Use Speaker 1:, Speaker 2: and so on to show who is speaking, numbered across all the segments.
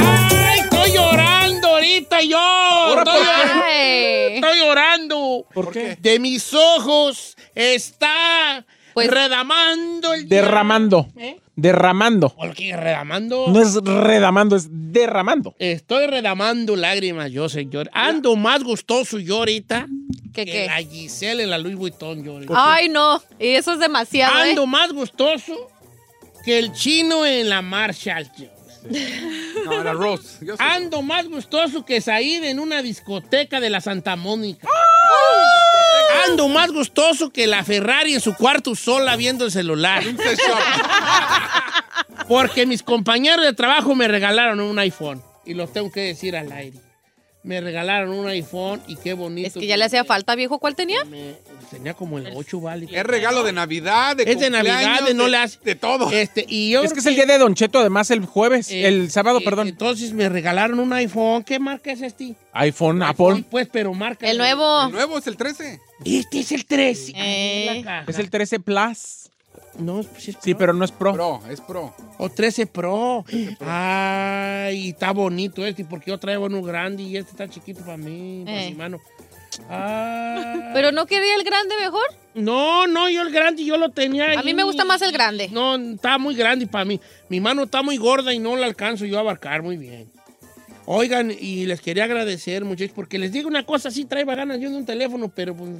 Speaker 1: ¡Ay, estoy llorando ahorita yo! Estoy, llor- estoy llorando.
Speaker 2: ¿Por qué?
Speaker 1: De mis ojos está
Speaker 3: Pues-
Speaker 1: redamando el...
Speaker 2: Derramando.
Speaker 1: ¿Eh?
Speaker 2: Derramando.
Speaker 1: ¿Por qué redamando?
Speaker 2: No es redamando, es derramando.
Speaker 1: Estoy redamando lágrimas yo, señor. Ando más gustoso yo ahorita
Speaker 3: ¿Qué,
Speaker 1: que
Speaker 3: qué?
Speaker 1: la Giselle en la Louis Vuitton yo ahorita.
Speaker 3: Ay, no. Y eso es demasiado, ¿eh?
Speaker 1: Ando más gustoso que el chino en la Marshall yo.
Speaker 4: No, la Rose. Yo sé.
Speaker 1: Ando más gustoso que Said en una discoteca de la Santa Mónica. Ando más gustoso que la Ferrari en su cuarto sola viendo el celular.
Speaker 4: Este shop.
Speaker 1: Porque mis compañeros de trabajo me regalaron un iPhone. Y lo tengo que decir al aire. Me regalaron un iPhone y qué bonito.
Speaker 3: Es que ya le hacía falta, viejo. ¿Cuál tenía?
Speaker 1: Me- tenía como el 8, ¿vale?
Speaker 4: Es regalo de Navidad, de
Speaker 1: Es Ah, de Navidad,
Speaker 4: cumpleaños,
Speaker 1: de no le hace-
Speaker 4: De todo.
Speaker 1: Este, y yo
Speaker 2: Es
Speaker 1: creo
Speaker 2: que es el día de Don Cheto, además, el jueves,
Speaker 1: eh,
Speaker 2: el sábado,
Speaker 1: eh,
Speaker 2: perdón.
Speaker 1: Entonces me regalaron un iPhone. ¿Qué marca es este?
Speaker 2: iPhone, Apple.
Speaker 1: Pues, pero marca.
Speaker 3: El nuevo.
Speaker 4: El nuevo es el 13.
Speaker 1: Este es el 3.
Speaker 3: Eh.
Speaker 2: Es el 13 Plus.
Speaker 1: No, pues es
Speaker 2: Sí,
Speaker 1: Pro.
Speaker 2: pero no es Pro.
Speaker 4: Pro, es pro.
Speaker 1: O 13 Pro. Ay, está bonito este, porque yo traigo uno grande y este está chiquito para mí, para
Speaker 3: Eh.
Speaker 1: mi mano. Ay.
Speaker 3: ¿Pero no quería el grande mejor?
Speaker 1: No, no, yo el grande yo lo tenía.
Speaker 3: A mí me gusta más el grande.
Speaker 1: No, está muy grande para mí. Mi mano está muy gorda y no la alcanzo yo a abarcar muy bien. Oigan, y les quería agradecer, muchachos, porque les digo una cosa, sí traía ganas yo de un teléfono, pero pues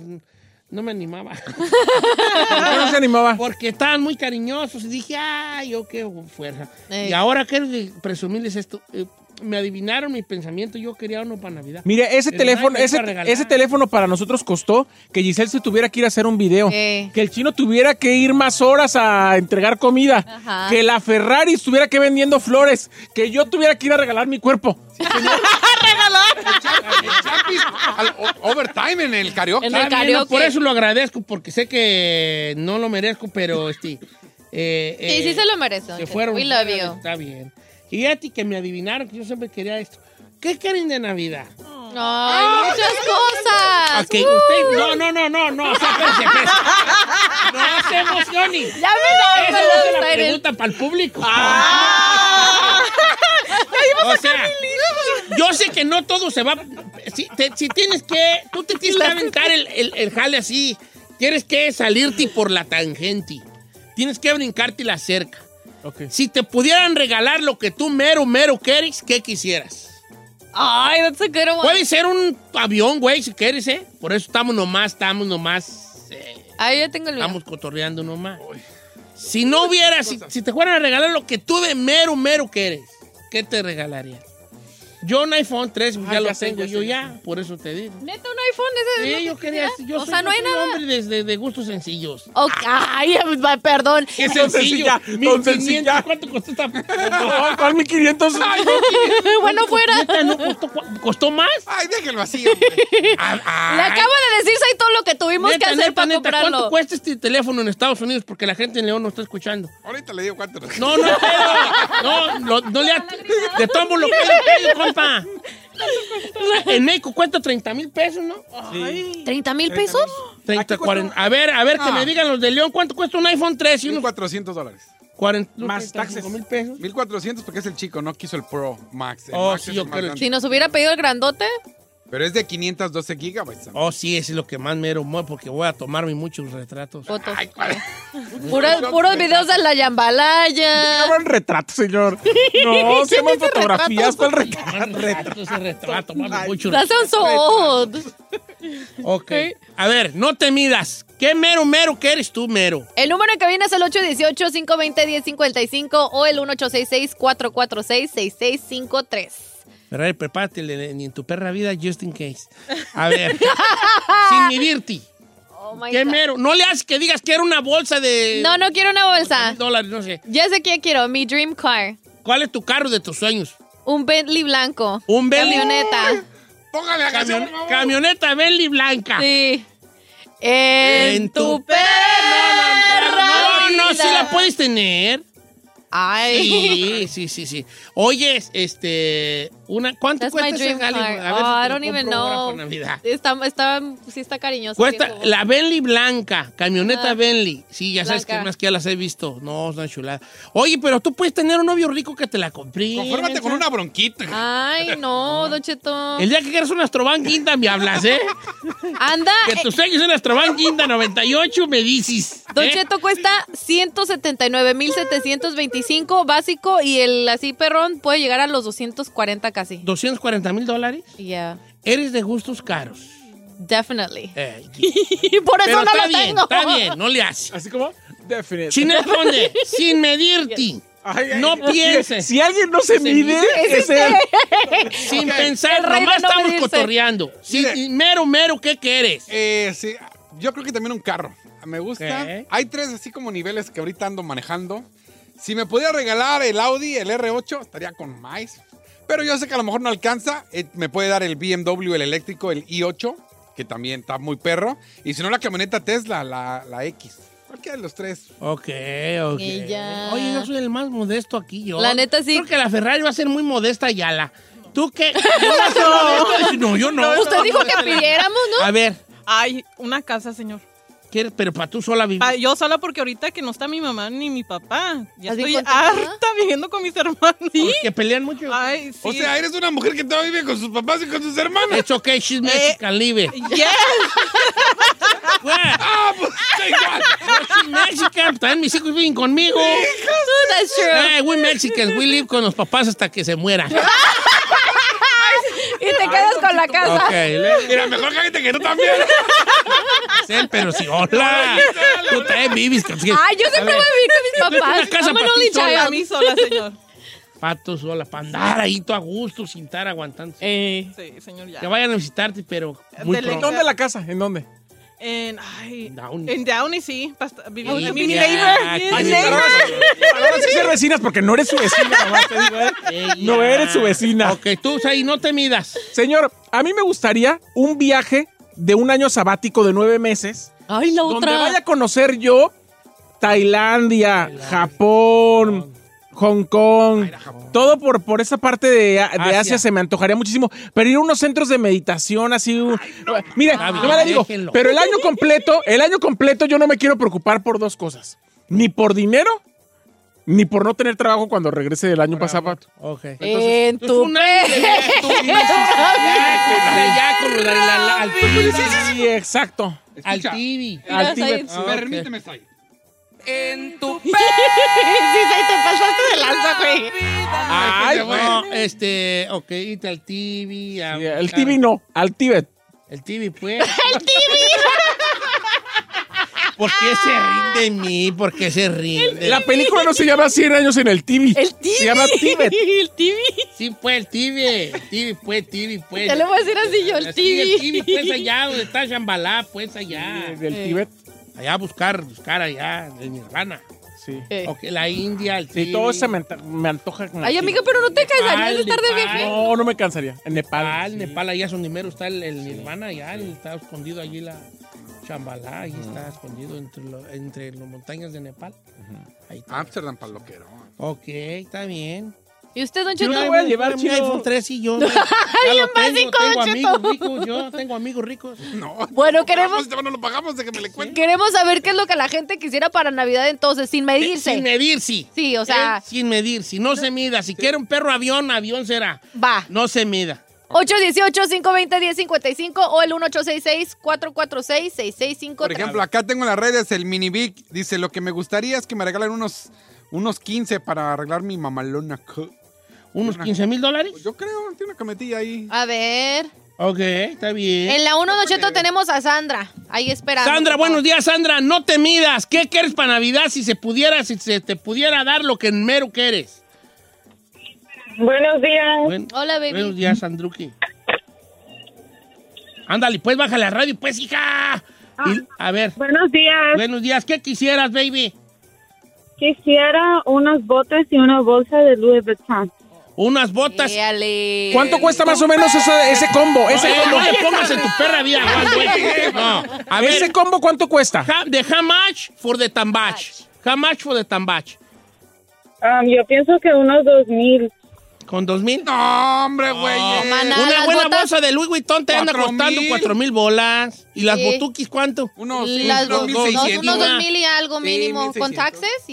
Speaker 1: no me animaba.
Speaker 2: ¿Por qué no se animaba?
Speaker 1: Porque estaban muy cariñosos y dije, ay, yo qué fuerza.
Speaker 3: Ey.
Speaker 1: Y ahora quiero de- presumirles esto. Eh, me adivinaron mi pensamiento, yo quería uno para Navidad.
Speaker 2: Mire, ese
Speaker 1: Pero
Speaker 2: teléfono,
Speaker 1: nadie me
Speaker 2: ese,
Speaker 1: iba a regalar.
Speaker 2: ese teléfono para nosotros costó que Giselle se tuviera que ir a hacer un video.
Speaker 3: Eh.
Speaker 2: Que el chino tuviera que ir más horas a entregar comida.
Speaker 3: Ajá.
Speaker 2: Que la Ferrari estuviera que vendiendo flores. Que yo tuviera que ir a regalar mi cuerpo.
Speaker 4: Chapis, al o- overtime en el karaoke.
Speaker 3: En
Speaker 1: Está
Speaker 3: el
Speaker 1: bien,
Speaker 3: karaoke.
Speaker 1: Por eso lo agradezco, porque sé que no lo merezco, pero este. eh,
Speaker 3: Sí,
Speaker 1: eh,
Speaker 3: sí se lo merece. don
Speaker 1: Se
Speaker 3: Cheto.
Speaker 1: fueron.
Speaker 3: We love you.
Speaker 1: Está bien. Y a ti que me adivinaron que yo siempre quería esto. ¿Qué quieren de Navidad?
Speaker 3: Ay, muchas cosas.
Speaker 1: Ok, usted- No, no, no, no, no. O sea, espérese, espérese. No se emocionen.
Speaker 3: Ya me Ah, lo
Speaker 1: Esa
Speaker 3: me
Speaker 1: no es
Speaker 3: lo
Speaker 1: la
Speaker 3: está en el-
Speaker 1: pregunta para el público. o sea, yo sé que no todo se va. Si, te- si tienes que. Tú te tienes que aventar el, el- el jale así. Tienes que salirte por la tangente. Tienes que brincarte la cerca. Si te pudieran regalar lo que tú mero, mero quieres, ¿qué quisieras?
Speaker 3: Ay, that's a good one.
Speaker 1: Puede ser un avión, güey, si quieres, ¿eh? Por eso estamos nomás, estamos nomás. eh,
Speaker 3: Ahí yo tengo el mío.
Speaker 1: Estamos cotorreando nomás. Si no hubiera, si, si te fueran a regalar lo que tú de mero, mero que eres, ¿qué te regalarían? Yo un iPhone 3, ya
Speaker 2: ya
Speaker 1: lo
Speaker 2: sé,
Speaker 1: tengo
Speaker 2: ya
Speaker 1: yo
Speaker 2: sé, ya
Speaker 1: ya, por eso te digo.
Speaker 3: Neta, un iPhone ese.
Speaker 1: Sí,
Speaker 3: ¿no?
Speaker 1: yo quería, yo
Speaker 3: o
Speaker 1: soy,
Speaker 3: sea, no
Speaker 1: yo
Speaker 3: hay
Speaker 1: soy
Speaker 3: nada.
Speaker 1: un hombre de, de- de gustos sencillos.
Speaker 3: Ok, Ay, va, perdón.
Speaker 2: Qué sencilla, don
Speaker 1: 1500,
Speaker 2: sencilla.
Speaker 1: ¿Cuánto costó esta?
Speaker 2: No, ¿Cuál 1500?
Speaker 3: Bueno, fuera.
Speaker 1: Neta, ¿no costó, cua- ¿Costó más?
Speaker 4: Ay, déjenlo así. hombre.
Speaker 3: Le acabo de decir, Sai, todo lo que tuvimos que hacer para
Speaker 1: ¿Cuánto
Speaker 3: comprarlo.
Speaker 1: cuesta este teléfono en Estados Unidos? Porque la gente en León no está escuchando.
Speaker 4: Ahorita le digo cuánto. nos-
Speaker 1: No, no, pero, no, lo- no le ha- De todo modo, lo que le compa. En México cuesta 30 mil pesos, ¿no?
Speaker 3: ¿30 mil pesos?
Speaker 1: 30, 40. A ver, a ver, que
Speaker 4: Ah.
Speaker 1: me digan los de León, ¿cuánto cuesta un iPhone 3 y unos
Speaker 4: 1400 dólares.
Speaker 1: 40
Speaker 2: Más taxes.
Speaker 1: mil pesos?
Speaker 4: 1400 porque es el chico, no quiso el Pro Max. El
Speaker 1: Oh,
Speaker 4: Max
Speaker 1: sí,
Speaker 4: es
Speaker 1: yo
Speaker 4: el más
Speaker 1: creo el
Speaker 4: grande.
Speaker 3: Si nos hubiera pedido el grandote,
Speaker 4: Pero es de 512 gigabytes.
Speaker 1: Oh, sí, ese es lo que más me mueve porque voy a tomarme muchos retratos.
Speaker 3: Fotos.
Speaker 4: Ay, ¿cuál?
Speaker 3: Puros, puros videos de la
Speaker 2: No
Speaker 3: Yambalaya.
Speaker 2: llaman retrato, señor. No, se llaman fotografías. ¿Cuál retrato?
Speaker 1: Tomarme retratos, ese retrato, tomarme muchos
Speaker 3: That sounds so old.
Speaker 1: Ok. A ver, no te midas. ¿Qué mero, mero que eres tú, mero?
Speaker 3: El número en cabina es el 818-520-1055 o el 1866-446-6653.
Speaker 1: Ferrari, prepárate, le- ni en tu perra vida, just in case. A ver, sin vivirte.
Speaker 3: Oh my
Speaker 1: ¿Qué
Speaker 3: God.
Speaker 1: mero? No le haces que digas que era una bolsa de
Speaker 3: No, no quiero una bolsa.
Speaker 1: dólares, no sé.
Speaker 3: Ya sé qué quiero, mi dream car.
Speaker 1: ¿Cuál es tu carro de tus sueños?
Speaker 3: Un Bentley blanco.
Speaker 1: Un Bentley.
Speaker 3: Camioneta.
Speaker 4: Póngale la canción,
Speaker 1: Camion-
Speaker 4: por favor.
Speaker 1: camioneta Bentley blanca.
Speaker 3: Sí. En,
Speaker 1: En
Speaker 3: tu
Speaker 1: tu No,
Speaker 3: perra.
Speaker 1: no, sí
Speaker 3: vida.
Speaker 1: la puedes tener.
Speaker 3: Ay.
Speaker 1: Sí, sí, sí, sí. Oye, este, una, ¿cuánto
Speaker 3: That's my
Speaker 1: cuesta
Speaker 3: dream
Speaker 1: esa
Speaker 3: car.
Speaker 1: Gali? A ver si
Speaker 3: Oh,
Speaker 1: te
Speaker 3: I
Speaker 1: lo
Speaker 3: don't even
Speaker 1: compro ahora
Speaker 3: know.
Speaker 1: por Navidad.
Speaker 3: Está, está, sí está cariñoso.
Speaker 1: Cuesta
Speaker 3: viejo.
Speaker 1: la Bentley blanca, camioneta
Speaker 3: Ah.
Speaker 1: Bentley. Sí, ya sabes
Speaker 3: Blanca.
Speaker 1: que más que ya las he visto. No, es una chulada. Oye, pero tú puedes tener un novio rico que te la compré.
Speaker 4: Confórmate con una bronquita.
Speaker 3: Ay, no, Don Cheto.
Speaker 1: El día que quieras un Astroban Guinda me hablas, ¿eh?
Speaker 3: Anda,
Speaker 1: Que
Speaker 3: eh,
Speaker 1: tus sueños en Astroban Guinda 98 me dices.
Speaker 3: Don
Speaker 1: ¿eh?
Speaker 3: Cheto cuesta 179,725 básico y el así perrón puede llegar a los 240 casi.
Speaker 1: 240 mil dólares.
Speaker 3: Yeah,
Speaker 1: Eres de gustos caros.
Speaker 3: definitely.
Speaker 1: Eh,
Speaker 3: Y por eso
Speaker 1: pero
Speaker 3: no
Speaker 1: está
Speaker 3: lo
Speaker 1: bien,
Speaker 3: tengo.
Speaker 1: está bien, no le haces.
Speaker 2: Así como, definite.
Speaker 1: Sin esconder, sin medirte,
Speaker 2: Ay, ay,
Speaker 1: No
Speaker 2: ay.
Speaker 1: pienses.
Speaker 2: Si alguien no se
Speaker 1: Se
Speaker 2: mide, es él.
Speaker 1: sin
Speaker 3: El
Speaker 1: pensar,
Speaker 3: rey de
Speaker 1: nomás
Speaker 3: no
Speaker 1: estamos
Speaker 3: medirse.
Speaker 1: cotorreando. Sin-
Speaker 4: Mire.
Speaker 1: y mero, mero, ¿qué quieres?
Speaker 4: Eh, sí, yo creo que también un carro. Me gusta.
Speaker 1: Ok.
Speaker 4: Hay tres así como niveles que ahorita ando manejando. Si me pudiera regalar el Audi, el R8, estaría con más. Pero yo sé que a lo mejor no alcanza. Eh, me puede dar el BMW, el eléctrico, el i8, que también está muy perro. Y si no, la camioneta Tesla, la, la X. Cualquiera de los tres.
Speaker 1: Ok, ok.
Speaker 3: Y ya.
Speaker 1: Oye, yo soy el más modesto aquí, yo.
Speaker 3: La neta, sí.
Speaker 1: Creo que la Ferrari va a ser muy modesta, Yala. ¿Tú qué? Yo no soy modesto. No, yo no.
Speaker 3: Usted dijo que pidiéramos, ¿no?
Speaker 1: A ver,
Speaker 5: Ay, una casa, señor.
Speaker 1: ¿quieres? Pero para tú sola vivir.
Speaker 5: Pa- yo sola porque ahorita que no está mi mamá ni mi papá. Ya
Speaker 3: ¿Estás bien
Speaker 5: estoy
Speaker 3: contenta?
Speaker 5: harta viviendo con mis hermanos.
Speaker 1: Que pelean mucho.
Speaker 5: Ay, sí.
Speaker 4: O sea, eres una mujer que todavía vive con sus papás y con sus hermanas.
Speaker 1: It's okay, she's Mexican, leave it.
Speaker 5: Eh, Yes.
Speaker 1: Well,
Speaker 4: ¡Ah, pues! venga.
Speaker 1: she's Mexican, también mis hijos viven conmigo.
Speaker 3: That's true.
Speaker 1: Eh, we Mexicans, we live con los papás hasta que se mueran.
Speaker 3: Y te quedas con la casa.
Speaker 1: Ok, le-
Speaker 4: Mira, mejor cállate que tú también.
Speaker 1: Marcel, pero si hola. Tú también vives. que-
Speaker 3: Ay, yo siempre voy a vivir con
Speaker 1: Una
Speaker 3: mis papás.
Speaker 1: casa
Speaker 3: I'm an
Speaker 1: para ti
Speaker 3: only
Speaker 1: sola.
Speaker 5: A
Speaker 3: child.
Speaker 5: mí sola, señor.
Speaker 1: Pato sola, para andar ahí tú a gusto, sin estar aguantando.
Speaker 5: Sí, señor, ya.
Speaker 1: Que vayan a visitarte, pero muy
Speaker 5: Del-
Speaker 2: ¿En
Speaker 1: pronto.
Speaker 2: dónde la casa? ¿En dónde?
Speaker 5: En, ay,
Speaker 1: Downey.
Speaker 5: en Downey, sí. Pasta- viviendo
Speaker 1: Ay,
Speaker 5: mi
Speaker 1: ya,
Speaker 5: neighbor.
Speaker 1: qué
Speaker 5: Mi
Speaker 1: bien.
Speaker 5: neighbor.
Speaker 2: Ahora sí ser vecinas porque no eres su vecina, nomás te digo, ¿eh?
Speaker 1: Ella.
Speaker 2: No eres su vecina.
Speaker 1: Ok, tú, ahí no te midas.
Speaker 2: Señor, a mí me gustaría un viaje de un año sabático de nueve meses.
Speaker 3: Ay, la
Speaker 2: Donde
Speaker 3: otra.
Speaker 2: vaya a conocer yo Tailandia, Japón, Hong Kong. Todo por, por esa parte de, a- de
Speaker 1: Asia.
Speaker 2: Asia. se me antojaría muchísimo. Pero ir a unos centros de meditación así. un- Mire,
Speaker 1: Está
Speaker 2: no
Speaker 1: bien,
Speaker 2: me la digo.
Speaker 1: déjenlo.
Speaker 2: Pero el año completo, el año completo yo no me quiero preocupar por dos cosas. Ni por dinero, ni por no tener trabajo cuando regrese del año pasado.
Speaker 1: Ok.
Speaker 3: En
Speaker 1: Tú
Speaker 3: tu
Speaker 1: un año de
Speaker 3: perra.
Speaker 1: viaje, tú dices,
Speaker 3: eh,
Speaker 1: ya, ya, con lo de la- la- al tibi,
Speaker 2: Sí, sí, sí, exacto.
Speaker 1: al
Speaker 4: Escucha,
Speaker 1: tibi.
Speaker 2: Al
Speaker 3: Mira,
Speaker 2: Tíbet.
Speaker 1: Ah, ok.
Speaker 4: permíteme, Sai.
Speaker 2: Ay,
Speaker 4: Ay,
Speaker 1: No, este, ok, irte al tibi. a-
Speaker 2: Sí, El TV no, al Tíbet.
Speaker 1: El tibi, pues. ¡El tibi! ¿Por qué se ríe de mí? ¿Por qué se ríe? de
Speaker 2: La
Speaker 1: mí?
Speaker 2: película no se llama 100 años en el TV.
Speaker 3: El
Speaker 2: Se llama Tíbet.
Speaker 3: El tibi.
Speaker 1: Sí, pues, el tibi. El tibi, pues, el tibi, pues.
Speaker 3: Te lo voy a decir así yo, el
Speaker 1: Así, El tibi, pues,
Speaker 3: tibi.
Speaker 1: allá donde está Shambhala, pues, allá.
Speaker 2: Del Tíbet.
Speaker 1: Allá a buscar, buscar allá, de Nirvana.
Speaker 2: Sí.
Speaker 3: Eh.
Speaker 1: Ok, la India, el
Speaker 2: Sí,
Speaker 1: tibi.
Speaker 2: todo eso me, anta- me antoja. con el
Speaker 3: Ay,
Speaker 2: Tíbet.
Speaker 3: amiga, pero no te cansarías de estar de
Speaker 1: Nepal,
Speaker 3: viaje.
Speaker 2: No, no me cansaría. En Nepal.
Speaker 1: Nepal,
Speaker 2: sí.
Speaker 1: Ah, Nepal, allá son Nimero, está el, el Nirvana, allá el- está escondido allí la Shambhala, ahí está escondido entre, lo- entre las montañas de Nepal. Ahí está.
Speaker 4: Amsterdam para lo que no.
Speaker 1: Ok, está bien.
Speaker 3: ¿Y usted, Don
Speaker 1: Yo
Speaker 3: Cheto?
Speaker 2: te
Speaker 1: no
Speaker 2: voy a llevar,
Speaker 1: mi
Speaker 2: chido.
Speaker 1: iPhone 3 y yo. ya lo tengo,
Speaker 3: básico,
Speaker 1: tengo
Speaker 3: Don
Speaker 1: amigos
Speaker 3: Cheto.
Speaker 1: ricos, yo tengo amigos ricos.
Speaker 4: No.
Speaker 3: Bueno,
Speaker 4: no
Speaker 3: queremos-
Speaker 4: pagamos, no lo pagamos, déjame le cuento.
Speaker 3: Queremos saber qué es lo que la gente quisiera para Navidad entonces, sin medirse.
Speaker 1: Sin medirse.
Speaker 3: Sí, o sea-
Speaker 1: Eh, Sin medirse, no se mida. Si quiere un perro avión, avión será.
Speaker 3: Va.
Speaker 1: No se mida.
Speaker 3: 818-520-1055 o el 1866-446-6653.
Speaker 4: Por ejemplo, acá tengo en las redes el Mini Vic. Dice, lo que me gustaría es que me regalen unos, unos 15 para arreglar mi mamalona. co-
Speaker 1: ¿Unos 15 mil dólares?
Speaker 4: Yo creo, tiene una cametilla ahí.
Speaker 3: A ver.
Speaker 1: Ok, está bien.
Speaker 3: En la 1 de Cheto tenemos a Sandra. Ahí esperando.
Speaker 1: Sandra, buenos días, Sandra. No te midas. ¿Qué quieres para Navidad si se pudiera, si se te pudiera dar lo que en mero quieres?
Speaker 6: Buenos días.
Speaker 1: Bueno,
Speaker 3: Hola, baby.
Speaker 1: Buenos días, Sandruki. Ándale, pues baja la radio, pues, hija. Y- a ver,
Speaker 6: Ah, Buenos días.
Speaker 1: buenos días. ¿Qué quisieras, baby?
Speaker 6: Quisiera unos botes y una bolsa de Louis Vuitton.
Speaker 1: Unas botas.
Speaker 3: Díale.
Speaker 2: ¿Cuánto cuesta más o menos eso- ese combo? Ese
Speaker 1: Eh,
Speaker 2: combo.
Speaker 1: no le pongas en tu perra vida. Juan, güey. Eh, No, a ver.
Speaker 2: ¿Ese combo cuánto cuesta?
Speaker 1: How- de how much for the tambach. How much for the tambach.
Speaker 6: Um, yo pienso que unos dos mil.
Speaker 1: Con dos mil.
Speaker 4: No, hombre, güey.
Speaker 3: mana. Ah,
Speaker 1: Una
Speaker 3: las
Speaker 1: buena
Speaker 3: botas-
Speaker 1: bolsa de Louis Vuitton te anda
Speaker 4: Cuatro
Speaker 1: costando
Speaker 4: mil.
Speaker 1: cuatro mil bolas. ¿Y las
Speaker 3: Sí.
Speaker 1: botuquis cuánto?
Speaker 4: Unos,
Speaker 3: Las
Speaker 4: unos
Speaker 3: dos-
Speaker 1: dos- Ah.
Speaker 4: 1600.
Speaker 3: unos
Speaker 1: ¿verdad?
Speaker 3: dos mil y algo
Speaker 4: Sí,
Speaker 3: mínimo. ¿Con
Speaker 4: 1600.
Speaker 3: taxes?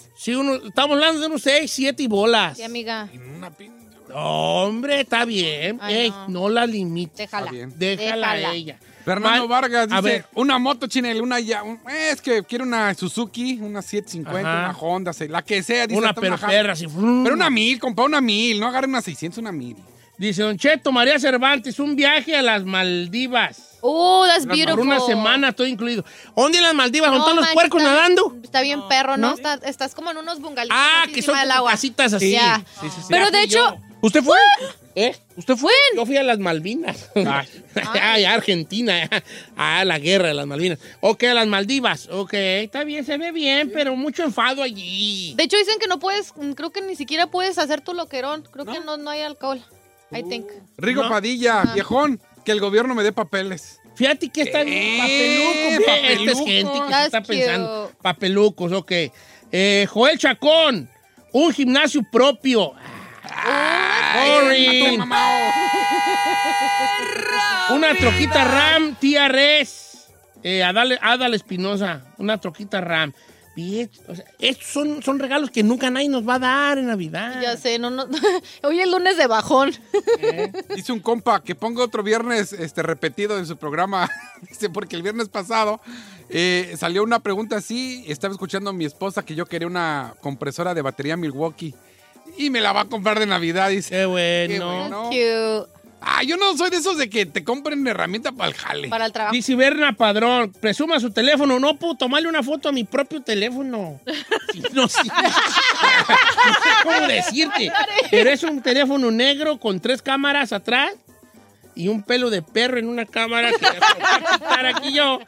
Speaker 3: Yes.
Speaker 1: Sí, uno, estamos hablando de unos seis, siete bolas.
Speaker 3: Sí, amiga.
Speaker 4: Una pin-
Speaker 1: Hombre, está bien.
Speaker 3: Ay,
Speaker 1: Ey, no.
Speaker 3: no.
Speaker 1: la limites.
Speaker 3: Déjala.
Speaker 4: bien.
Speaker 1: Déjala,
Speaker 3: Déjala.
Speaker 1: a ella.
Speaker 4: Fernando
Speaker 1: Mal-
Speaker 4: Vargas
Speaker 1: a
Speaker 4: dice,
Speaker 1: ver.
Speaker 4: una moto chinel, una ya, un- eh, es que quiero una Suzuki, una 750,
Speaker 1: Ajá.
Speaker 4: una Honda, se- la que sea, dice
Speaker 1: Una
Speaker 4: hasta
Speaker 1: pero
Speaker 4: ja-
Speaker 1: perra, así, frum.
Speaker 4: Pero una mil, compa, una mil, no agarre una 600, una mil.
Speaker 1: Dice Don Cheto, María Cervantes, un viaje a las Maldivas.
Speaker 3: Oh, that's beautiful.
Speaker 1: Por una semana, todo incluido. ¿Dónde en las Maldivas? ¿Dónde
Speaker 3: No,
Speaker 1: están los
Speaker 3: manches,
Speaker 1: puercos
Speaker 3: está bien-
Speaker 1: nadando?
Speaker 3: Está bien perro, ¿no?
Speaker 1: ¿No?
Speaker 3: Está- estás como en unos bungalows
Speaker 1: Ah,
Speaker 3: así
Speaker 1: que son
Speaker 3: encima del
Speaker 1: como
Speaker 3: agua.
Speaker 1: casitas así.
Speaker 3: Ya.
Speaker 1: Sí, sí, sí.
Speaker 3: Pero
Speaker 1: Ya
Speaker 3: de
Speaker 1: fui yo.
Speaker 3: hecho,
Speaker 2: ¿Usted fue?
Speaker 1: ¿Eh?
Speaker 2: ¿Usted fue?
Speaker 1: Yo fui a las Malvinas.
Speaker 3: Ah.
Speaker 1: Ay, a Argentina. A la guerra de las Malvinas. Ok, a las Maldivas. Ok, está bien, se ve bien, pero mucho enfado allí.
Speaker 3: de hecho dicen que no puedes, mm, creo que ni siquiera puedes hacer tu loquerón. Creo que no, no hay alcohol. I think.
Speaker 4: Rigo Padilla, viejón, que el gobierno me dé papeles.
Speaker 1: Fíjate que está
Speaker 4: Eh,
Speaker 1: papeluco. ve, Esta es
Speaker 4: papeluco.
Speaker 1: gente que se
Speaker 3: That's
Speaker 1: está
Speaker 3: cute.
Speaker 1: pensando. Papelucos, ok. Eh, Joel Chacón, un gimnasio propio.
Speaker 4: Ay,
Speaker 1: Boring.
Speaker 4: mató, mamao.
Speaker 1: Una troquita RAM, tía Res. Eh, Adal, Adal Espinosa, una troquita RAM. Bien, o sea, estos son, son regalos que nunca nadie nos va a dar en Navidad.
Speaker 3: Ya sé, no, no. Hoy es lunes de bajón.
Speaker 4: Dice un compa que ponga otro viernes este, repetido en su programa. Dice, porque el viernes pasado eh, salió una pregunta así. Estaba escuchando a mi esposa que yo quería una compresora de batería Milwaukee. Y me la va a comprar de Navidad, dice.
Speaker 1: Qué bueno.
Speaker 4: Qué bueno.
Speaker 3: Cute.
Speaker 4: Ah, yo no soy de esos de que te compren herramienta para el jale.
Speaker 3: Para el trabajo.
Speaker 1: Eh, Dice Berna Padrón, presuma su teléfono. No puedo tomarle una foto a mi propio teléfono. Sí, no, sí. No sé cómo decirte. Pero es un teléfono negro con tres cámaras atrás y un pelo de perro en una cámara que estar aquí yo.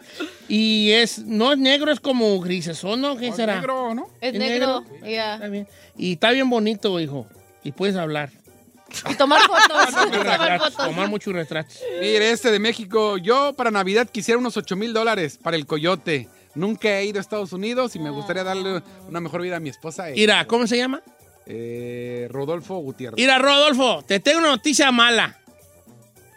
Speaker 1: Y es, no es negro, es como grisesón, ¿no? ¿Qué
Speaker 4: ¿O
Speaker 1: será?
Speaker 4: negro, ¿no?
Speaker 3: Es
Speaker 1: ¿Es
Speaker 3: negro.
Speaker 1: negro?
Speaker 3: Yeah.
Speaker 1: Está bien. Y está bien bonito, hijo. Y puedes hablar.
Speaker 3: Y tomar fotos. tomar
Speaker 1: Retratos,
Speaker 3: fotos.
Speaker 1: Tomar muchos retratos.
Speaker 4: Mire, este de México. Yo para Navidad quisiera unos 8 mil dólares para el coyote. Nunca he ido a Estados Unidos y me gustaría darle una mejor vida a mi esposa. eh,
Speaker 1: Mira, ¿cómo se llama?
Speaker 4: eh, Rodolfo Gutiérrez.
Speaker 1: Mira, Rodolfo, te tengo una noticia mala.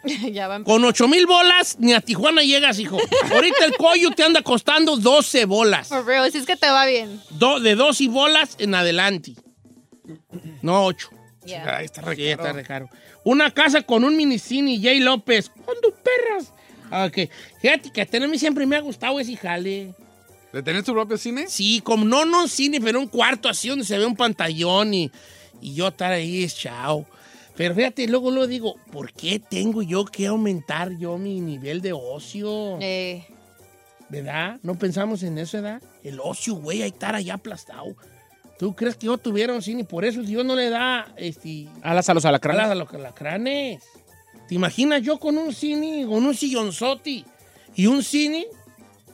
Speaker 3: ya van.
Speaker 1: Con 8 mil bolas, ni a Tijuana llegas, hijo. Ahorita el coyo te anda costando 12 bolas.
Speaker 3: For real, si es que te va bien.
Speaker 1: Do- de 12 bolas en adelante. No 8.
Speaker 3: Yeah.
Speaker 4: Ay, está re
Speaker 1: Sí, está
Speaker 4: caro.
Speaker 1: re caro. Una casa con un minicini, Jay López. Con tus perras. Ah, Ok. Fíjate que a mí siempre me ha gustado ese jale.
Speaker 4: ¿De tener su propio cine?
Speaker 1: Sí, como no, no un cine, pero un cuarto así donde se ve un pantallón y, y yo estar ahí, es chao. Pero fíjate, luego lo digo, ¿por qué tengo yo que aumentar yo mi nivel de ocio?
Speaker 3: Eh,
Speaker 1: ¿Verdad? No pensamos en eso, ¿verdad? El ocio, güey, hay que estar allá aplastado. ¿Tú crees que yo tuviera un cine? Por eso Dios no le da este,
Speaker 2: Alas a los
Speaker 1: alas
Speaker 2: alacranes.
Speaker 1: a los alacranes. ¿Te imaginas yo con un cine, con un sillonzote y un cine?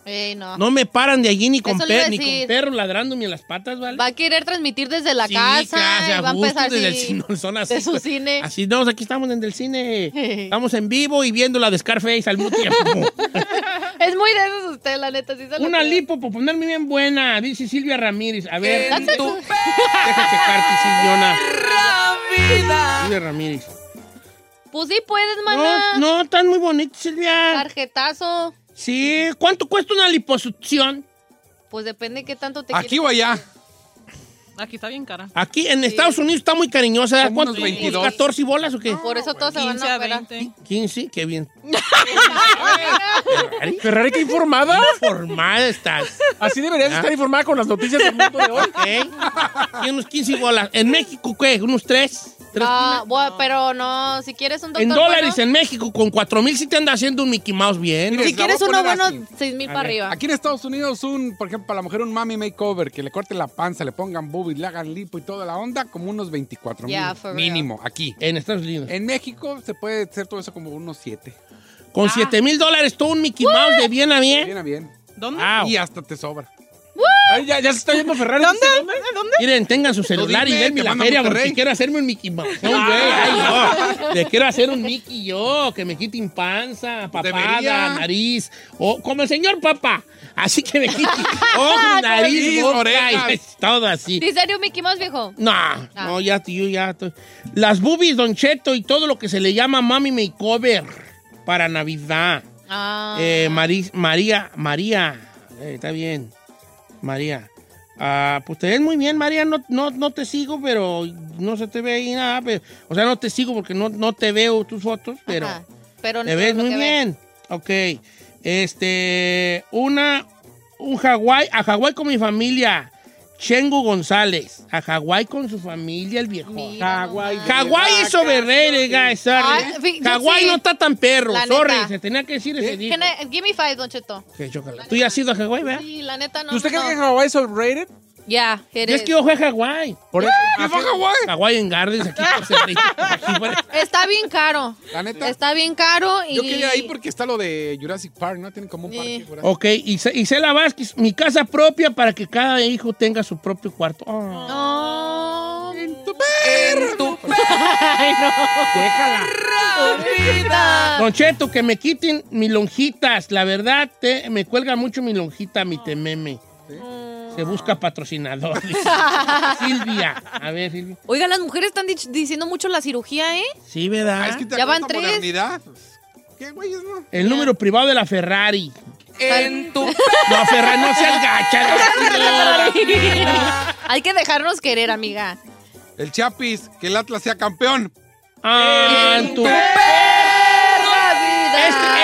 Speaker 3: eh, no.
Speaker 1: No me paran de allí ni con,
Speaker 3: Eso le iba
Speaker 1: per-
Speaker 3: a
Speaker 1: ni con
Speaker 3: decir.
Speaker 1: perros ladrándome en las patas, ¿vale?
Speaker 3: Va a querer transmitir desde la
Speaker 1: Sí,
Speaker 3: casa.
Speaker 1: claro,
Speaker 3: y
Speaker 1: a
Speaker 3: va a
Speaker 1: gusto
Speaker 3: empezar
Speaker 1: desde
Speaker 3: sí,
Speaker 1: el cine, son así,
Speaker 3: de su
Speaker 1: pues.
Speaker 3: cine.
Speaker 1: Así no, aquí estamos en el cine. Estamos en vivo y viendo la de Scarface al mismo tiempo.
Speaker 3: Es muy de esos usted, la neta. Sí se lo
Speaker 1: Una
Speaker 3: creo.
Speaker 1: lipo por ponerme bien buena, dice Silvia Ramírez. A ver,
Speaker 3: En
Speaker 1: tú, deja checarte, Silviona. Silvia Ramírez.
Speaker 3: Pues sí puedes, maná.
Speaker 1: No, no, están muy bonitos, Silvia.
Speaker 3: Tarjetazo.
Speaker 1: Sí, ¿cuánto cuesta una liposucción?
Speaker 3: Pues depende qué tanto te
Speaker 4: ¿Aquí
Speaker 3: quieres-
Speaker 4: o allá?
Speaker 5: Aquí está bien cara.
Speaker 1: Aquí en Estados Unidos está muy cariñosa.
Speaker 4: Como
Speaker 1: ¿Cuántos?
Speaker 4: unos 22.
Speaker 1: 14 bolas o qué?
Speaker 3: Por eso todos se van
Speaker 5: 15
Speaker 3: a
Speaker 5: a
Speaker 3: operar.
Speaker 5: 20.
Speaker 1: 15, qué bien.
Speaker 2: Ferrari, qué informada.
Speaker 1: Formada estás. ¿Ah?
Speaker 2: Así deberías estar informada con las noticias del mundo de hoy.
Speaker 1: ¿Ok? Y unos 15 bolas. ¿En México qué? ¿Unos 3?
Speaker 3: Ah, bueno, pero no, si quieres un doctor
Speaker 1: en
Speaker 3: bueno,
Speaker 1: dólares en México, con 4 mil sí te anda haciendo un Mickey Mouse bien.
Speaker 4: Mire,
Speaker 3: Si
Speaker 4: Les la voy
Speaker 3: quieres
Speaker 4: a
Speaker 3: uno
Speaker 4: poner
Speaker 3: bueno,
Speaker 4: así.
Speaker 3: seis mil
Speaker 1: A
Speaker 3: para
Speaker 1: ver,
Speaker 3: arriba.
Speaker 4: Aquí en Estados Unidos, un, por ejemplo, para la mujer un mami makeover, que le corten la panza, le pongan boobies, le hagan lipo y toda la onda, como unos 24 mil
Speaker 3: Yeah, for real.
Speaker 4: mínimo aquí.
Speaker 1: En Estados Unidos.
Speaker 4: En México se puede hacer todo eso como unos 7.
Speaker 1: Con 7 mil dólares todo un Mickey Mouse de bien a bien.
Speaker 4: Ah. Bien a bien. Ah,
Speaker 5: ¿Dónde?
Speaker 1: Wow.
Speaker 4: Y hasta te sobra.
Speaker 2: Ay, ya, ya se está yendo Ferrari.
Speaker 5: ¿Dónde? ¿Dónde?
Speaker 1: Miren, tengan su celular y
Speaker 4: dime,
Speaker 1: denme
Speaker 4: te
Speaker 1: la
Speaker 4: manda
Speaker 1: feria
Speaker 4: Monterrey. Ah.
Speaker 1: porque quiero hacerme un Mickey Mouse. No, güey, ay, no. Le quiero hacer un Mickey yo, que me quiten panza, papada,
Speaker 4: Pues Debería.
Speaker 1: nariz, o como el señor papá. Así que me quiten ojos, nariz,
Speaker 4: Nariz,
Speaker 1: boca,
Speaker 4: orejas. Ah.
Speaker 1: y todo así.
Speaker 3: Diseño Mickey Mouse, viejo.
Speaker 1: No, no, ya, tío, ya. estoy- Las boobies, Don Cheto y todo lo que se le llama Mami Makeover para Navidad.
Speaker 3: Ah.
Speaker 1: Eh, Mari- María, María, eh, está bien. María. Ah, pues te ves muy bien, María. No, no, no te sigo, pero no se te ve ahí nada. pero- o sea, no te sigo porque no, no te veo tus fotos, pero
Speaker 3: Ajá. pero
Speaker 1: te ves
Speaker 3: lo
Speaker 1: muy
Speaker 3: que ve.
Speaker 1: bien. Ok. Este, una, un Hawái, a Hawái con mi familia. Chengo González, a Hawái con su familia, el viejo.
Speaker 3: Mira
Speaker 2: Hawái.
Speaker 3: nomás.
Speaker 1: Hawái es overrated, guys. sorry.
Speaker 3: Ay, fi- yo
Speaker 1: Hawái
Speaker 3: sí.
Speaker 1: no está tan perro.
Speaker 3: La
Speaker 1: Sorry,
Speaker 3: neta.
Speaker 1: se tenía que decir ese día.
Speaker 3: Can I- give me five, Don Cheto.
Speaker 1: Tú ya has ido a Hawái, ¿verdad?
Speaker 3: Sí, la neta no.
Speaker 2: ¿Y usted
Speaker 3: no,
Speaker 2: cree que
Speaker 3: no.
Speaker 2: Hawái es overrated?
Speaker 3: Ya, it
Speaker 1: Yo es
Speaker 3: is.
Speaker 1: que yo fui a Hawái.
Speaker 2: Por eso.
Speaker 3: ¡Ah!
Speaker 4: ¡Me fue a Hawái!
Speaker 1: Hawái en Gardens, aquí por Cerrito, aquí por-
Speaker 3: Está bien caro.
Speaker 4: La neta.
Speaker 3: Está bien caro y...
Speaker 4: Yo quería ir porque está lo de Jurassic Park, ¿no? Tienen como un
Speaker 3: Sí.
Speaker 4: parque. Jurassic
Speaker 1: Ok, Ise- Isela Vázquez, mi casa propia para que cada hijo tenga su propio cuarto. Oh.
Speaker 3: No.
Speaker 1: Déjala.
Speaker 3: Vida.
Speaker 1: Don Cheto, que me quiten mis lonjitas. La verdad, te- me cuelga mucho mi lonjita, mi tememe. Se busca patrocinador. dice. Silvia. A ver, Silvia.
Speaker 3: Oiga, las mujeres están dich- diciendo mucho la cirugía, ¿eh?
Speaker 1: Sí,
Speaker 4: Ah,
Speaker 1: ¿verdad?
Speaker 4: es que te
Speaker 3: Ya van
Speaker 4: acuerdas
Speaker 3: tres.
Speaker 4: modernidad. pues, ¿Qué güeyes, no?
Speaker 1: El número privado de la Ferrari. No, Ferrari, no seas gacha. no, señora.
Speaker 3: Hay que dejarnos querer, amiga.
Speaker 4: El Chapis, que el Atlas sea campeón. Pues
Speaker 1: Ah, en tu- Este,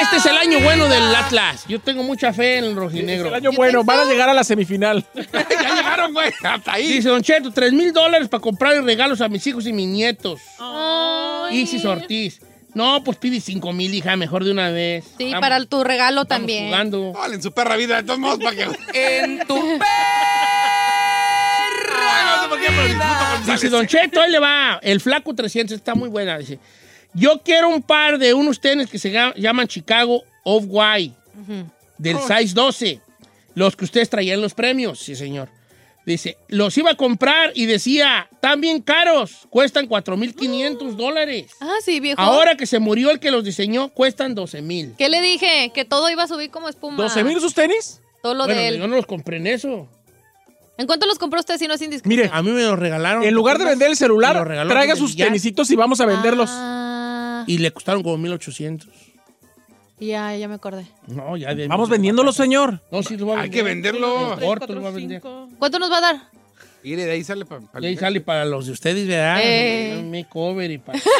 Speaker 1: este es el año bueno del Atlas. Yo tengo mucha fe en el rojinegro.
Speaker 2: El año bueno, van a llegar a la semifinal.
Speaker 4: ya llegaron, güey. Hasta ahí.
Speaker 1: Dice Don Cheto, 3 mil dólares para comprar regalos a mis hijos y mis nietos.
Speaker 3: Ay.
Speaker 1: Isis Ortiz. No, pues pide 5 mil, hija, mejor de una vez.
Speaker 3: Sí,
Speaker 1: Estamos-
Speaker 3: para tu regalo
Speaker 1: estamos
Speaker 3: también.
Speaker 1: jugando.
Speaker 4: Vale, en su perra vida, de todos modos, para que.
Speaker 7: En tu
Speaker 4: Ay, no sé por qué, pero disfruto con
Speaker 1: Dice Don Cheto, ahí le va. El flaco 300 está muy buena. Dice, yo quiero un par de unos tenis que se ga- llaman Chicago Off-White del
Speaker 3: Oh.
Speaker 1: size 12. Los que ustedes traían los premios, sí señor. Dice, los iba a comprar y decía, están bien caros, cuestan 4.500 dólares.
Speaker 3: Ah, sí, viejo.
Speaker 1: Ahora que se murió el que los diseñó, cuestan 12.000.
Speaker 3: ¿Qué le dije? Que todo iba a subir como espuma.
Speaker 2: ¿12 mil sus tenis?
Speaker 3: Todo lo
Speaker 1: Bueno,
Speaker 3: Ah. de él.
Speaker 1: yo no los compré en eso.
Speaker 3: ¿En cuánto los compró usted si no es indiscreción?
Speaker 2: Mire,
Speaker 1: A mí me los regalaron.
Speaker 2: en lugar de vender el
Speaker 1: Me lo
Speaker 2: celular,
Speaker 1: regaló
Speaker 2: traiga
Speaker 1: Miguel
Speaker 2: sus
Speaker 1: Villar.
Speaker 2: tenisitos y vamos a venderlos.
Speaker 3: Ah,
Speaker 1: Y le costaron como 1.800.
Speaker 3: ya, ya me acordé.
Speaker 1: No, ya de-
Speaker 2: Vamos vendiéndolos, señor.
Speaker 1: No, sí los voy a
Speaker 4: Hay que venderlo.
Speaker 1: Corto lo va a vender.
Speaker 3: ¿Cuánto nos va a dar?
Speaker 4: Y de ahí sale para. Pa
Speaker 1: Y ahí sale para los de ustedes, ¿verdad?
Speaker 3: Eh.
Speaker 1: Un makeover y para, para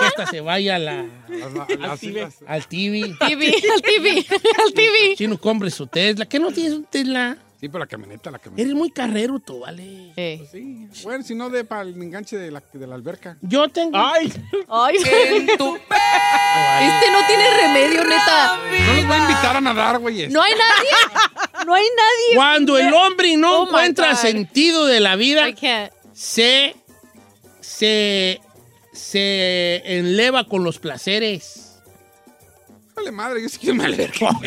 Speaker 1: que esta se vaya a la,
Speaker 4: Las- las- las- las-
Speaker 1: al TV.
Speaker 3: TV, al TV, al TV.
Speaker 1: Si no compres su Tesla, que no tienes un Tesla.
Speaker 4: Sí, pero la camioneta, la camioneta.
Speaker 1: Eres muy carrero tú, vale.
Speaker 3: Eh.
Speaker 4: Sí. Bueno, si no, de para el enganche de la, de la alberca.
Speaker 1: Yo tengo.
Speaker 2: Ay,
Speaker 3: Ay, este no tiene remedio, neta.
Speaker 4: No los voy a invitar a nadar, güey.
Speaker 3: No hay nadie. No hay nadie.
Speaker 1: Cuando el hombre no
Speaker 3: Oh, my
Speaker 1: encuentra
Speaker 3: God.
Speaker 1: sentido de la vida,
Speaker 3: I can't.
Speaker 1: se, se, se enleva con los placeres.
Speaker 4: Vale, madre, yo sí quiero una alberca.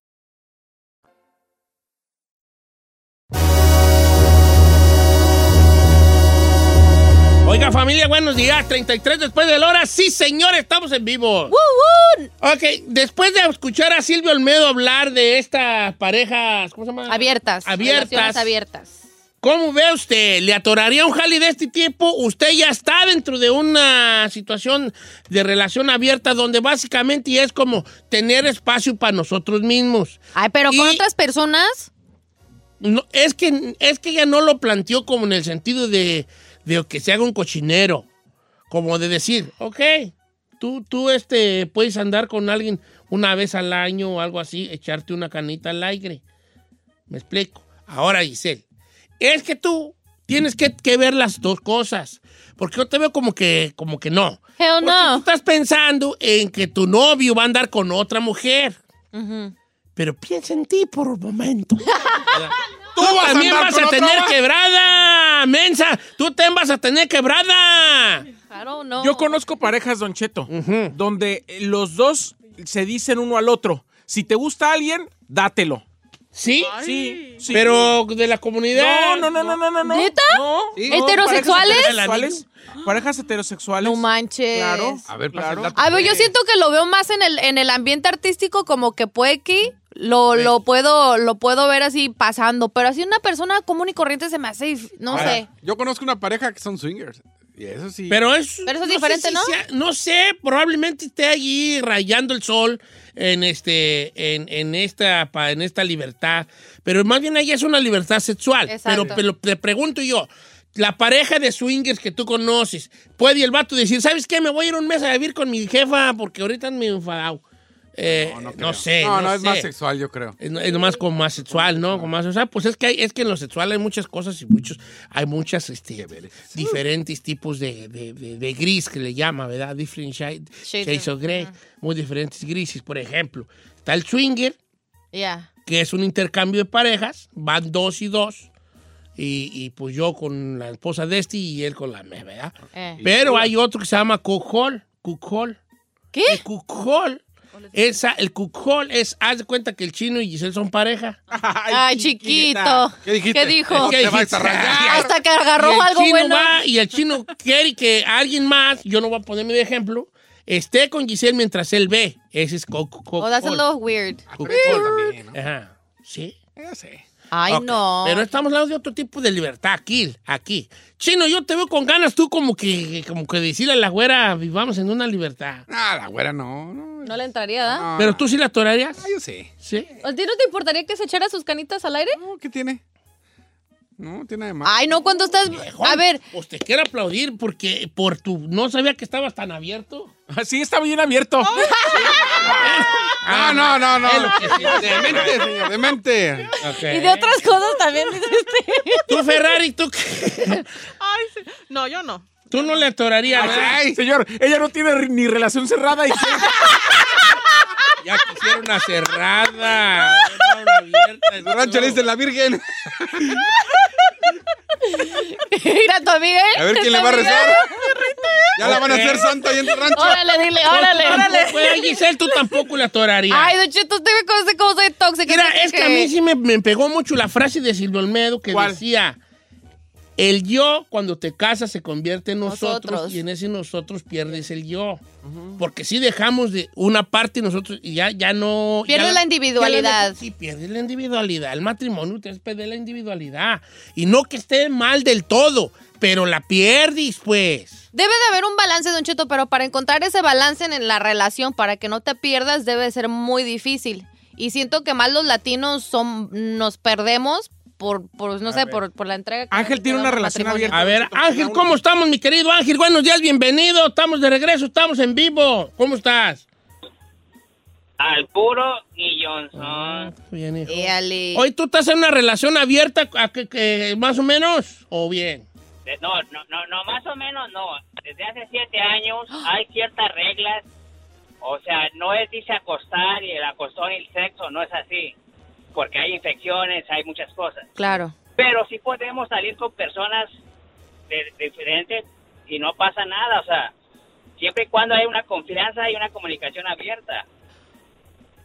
Speaker 1: Oiga, familia, buenos días. 33 después de la hora. Sí, señor, estamos en vivo. Ok, después de escuchar a Silvio Olmedo hablar de estas parejas, ¿cómo se llama?
Speaker 3: Abiertas.
Speaker 1: Abiertas.
Speaker 3: Relaciones abiertas.
Speaker 1: ¿Cómo ve usted? ¿Le atoraría un jali de este tiempo? Usted ya está dentro de una situación de relación abierta donde básicamente es como tener espacio para nosotros mismos.
Speaker 3: Ay, pero con otras personas.
Speaker 1: No, es que es que ella no lo planteó como en el sentido de, de que se haga un cochinero. Como de decir, ok, tú, tú este, puedes andar con alguien una vez al año o algo así, echarte una canita al aire. Me explico. Ahora, Giselle, es que tú tienes que, que ver las dos cosas. Porque yo te veo como que, como que no.
Speaker 3: Hell
Speaker 1: Porque tú
Speaker 3: no.
Speaker 1: estás pensando en que tu novio va a andar con otra mujer.
Speaker 3: Ujú.
Speaker 1: Pero piensa en ti por un momento. Tú
Speaker 4: vas a
Speaker 1: también
Speaker 4: andar
Speaker 1: vas
Speaker 4: con
Speaker 1: a
Speaker 4: otra,
Speaker 1: tener
Speaker 4: ¿va?
Speaker 1: quebrada, mensa. Tú también vas a tener quebrada.
Speaker 3: Claro, no.
Speaker 2: Yo conozco parejas, Don Cheto, donde eh, los dos se dicen uno al otro. Si te gusta alguien, dátelo.
Speaker 1: ¿Sí?
Speaker 2: Sí, sí.
Speaker 1: Pero de la comunidad.
Speaker 2: No, no, no, no, no, no. no.
Speaker 3: ¿Neta?
Speaker 2: No.
Speaker 4: Sí.
Speaker 2: No,
Speaker 3: ¿Heterosexuales?
Speaker 2: Parejas heterosexuales. Parejas heterosexuales.
Speaker 3: No manches.
Speaker 2: Claro.
Speaker 4: A ver,
Speaker 1: pues,
Speaker 4: pasa
Speaker 2: claro.
Speaker 4: el dato.
Speaker 3: A ver, yo siento que lo veo más en el, en el ambiente artístico, como que puede que lo, lo puedo, lo puedo ver así pasando. Pero así una persona común y corriente se me hace. dif- No
Speaker 4: Ahora,
Speaker 3: sé.
Speaker 4: Yo conozco una pareja que son swingers. Y eso sí.
Speaker 1: Pero es.
Speaker 3: Pero eso es
Speaker 1: Pues, sé
Speaker 3: diferente,
Speaker 1: si
Speaker 3: ¿no?
Speaker 1: sea- no sé, probablemente esté allí rayando el sol en este. En, en esta pa- en esta libertad. Pero más bien ahí es una libertad sexual.
Speaker 3: Exacto.
Speaker 1: Pero, pero te pregunto yo. La pareja de swingers que tú conoces, puede el vato decir, ¿sabes qué? Me voy a ir un mes a vivir con mi jefa porque ahorita me he enfadado. Eh, no, sé.
Speaker 4: no, no, es más
Speaker 1: sé.
Speaker 4: sexual, yo creo.
Speaker 1: Es, es más como más sexual, ¿no? Como más, o sea, pues es que, hay- es que en lo sexual hay muchas cosas y muchos, hay muchas este, diferentes tipos de, de- de- de gris que le llama, ¿verdad? Different shade-
Speaker 3: Shades
Speaker 1: shades
Speaker 3: of-
Speaker 1: of gray, muy diferentes grises. Por ejemplo, está el swinger,
Speaker 3: Ya.
Speaker 1: que es un intercambio de parejas, van dos y dos, y, y, pues yo con la esposa de este y él con la mía, ¿verdad?
Speaker 3: Eh.
Speaker 1: Pero hay otro que se llama cuckold, cuckold.
Speaker 3: ¿Qué?
Speaker 1: El cuckold, esa, el cuckold es, haz de cuenta que el chino y Giselle son pareja.
Speaker 3: Ay,
Speaker 2: chiquita.
Speaker 3: chiquito.
Speaker 4: ¿Qué dijiste?
Speaker 3: dijo?
Speaker 1: ¿Qué
Speaker 4: Te vas
Speaker 1: dijiste?
Speaker 4: a rayar.
Speaker 3: Hasta que
Speaker 1: Y
Speaker 3: agarró
Speaker 1: el
Speaker 3: algo
Speaker 1: chino
Speaker 3: bueno.
Speaker 1: va y el chino quiere que alguien más, yo no voy a ponerme de ejemplo, esté con Giselle mientras él ve. Ese es Coco.
Speaker 3: O that's a little weird.
Speaker 4: Pero también, ¿no?
Speaker 1: Ajá. Sí.
Speaker 4: Ah, Ya sé.
Speaker 3: Ay,
Speaker 1: Ok.
Speaker 3: no.
Speaker 1: Pero estamos hablando de otro tipo de libertad aquí, aquí. Chino, yo te veo con ganas tú como que, como que decirle a la güera, vivamos en una libertad.
Speaker 4: Ah, la güera no. no
Speaker 3: No le entraría, ¿da?
Speaker 1: ¿Pero tú sí la torearías?
Speaker 4: Ah, yo sí.
Speaker 1: ¿Sí?
Speaker 3: ¿A ti no te importaría que se echara sus canitas al aire?
Speaker 4: No, ¿qué tiene? No, tiene además.
Speaker 3: Ay, no, cuando estás. A ver,
Speaker 1: Pues te quiero aplaudir porque por tu... No sabía que estabas tan abierto.
Speaker 2: Sí, está bien
Speaker 3: Oh.
Speaker 2: abierto.
Speaker 4: Ah, no, no, no.
Speaker 1: Es lo que sí.
Speaker 4: Demente, señor, demente.
Speaker 3: y de otras cosas también dijiste.
Speaker 1: Tú, Ferrari, tú... qué?
Speaker 5: Ay, sí. No, yo no.
Speaker 1: Tú no le atorarías. ¿verdad?
Speaker 2: Ay, señor, ella no tiene re- ni relación cerrada y
Speaker 1: Ya quisiera una cerrada. Era una abierta.
Speaker 4: El rancho le dice la Virgen.
Speaker 3: Mira a tu amiga, ¿eh?
Speaker 4: A ver quién le va a rezar. Ya la van a hacer santa ahí en el rancho.
Speaker 3: Órale, dile, órale, órale.
Speaker 1: Pues, Giselle, tú tampoco le atorarías.
Speaker 3: Ay, Don Cheto, usted me conoce cómo soy tóxica.
Speaker 1: Mira,
Speaker 3: Dice
Speaker 1: es que a mí sí me, me pegó mucho la frase de Silvio Olmedo que
Speaker 2: ¿Cuál?
Speaker 1: decía: El yo, cuando te casas, se convierte en nosotros,
Speaker 3: Nosotros.
Speaker 1: y en ese nosotros pierdes el yo. Porque si dejamos de una parte y nosotros y ya, ya no.
Speaker 3: Pierdes
Speaker 1: ya-
Speaker 3: la individualidad.
Speaker 1: ya la- sí, pierdes la individualidad. El matrimonio te hace perder la individualidad. Y no que esté mal del todo, pero la pierdes, pues.
Speaker 3: Debe de haber un balance, Don Cheto, pero para encontrar ese balance en la relación, para que no te pierdas, debe de ser muy difícil. Y siento que más los latinos son, nos perdemos por, por no sé, por, por la entrega. que
Speaker 2: Ángel
Speaker 3: nos
Speaker 2: tiene
Speaker 3: quedó
Speaker 2: una
Speaker 3: en el
Speaker 2: relación
Speaker 3: matrimonio.
Speaker 2: abierta.
Speaker 1: A ver, Ángel, ¿cómo estamos, mi querido Ángel? Buenos días, bienvenido. Estamos de regreso, estamos en vivo. ¿Cómo estás?
Speaker 8: Al puro y Johnson.
Speaker 1: Bien, hijo.
Speaker 3: Éale.
Speaker 1: Hoy tú estás en una relación abierta, a que, que más o menos, o bien.
Speaker 8: De- No, no, no, no, más o menos no. Desde hace siete años hay ciertas reglas. O sea, no es dice acostar y el acostón y el sexo, no es así. Porque hay infecciones, hay muchas cosas.
Speaker 3: Claro.
Speaker 8: Pero sí podemos salir con personas de- diferentes y no pasa nada. O sea, siempre y cuando hay una confianza y una comunicación abierta.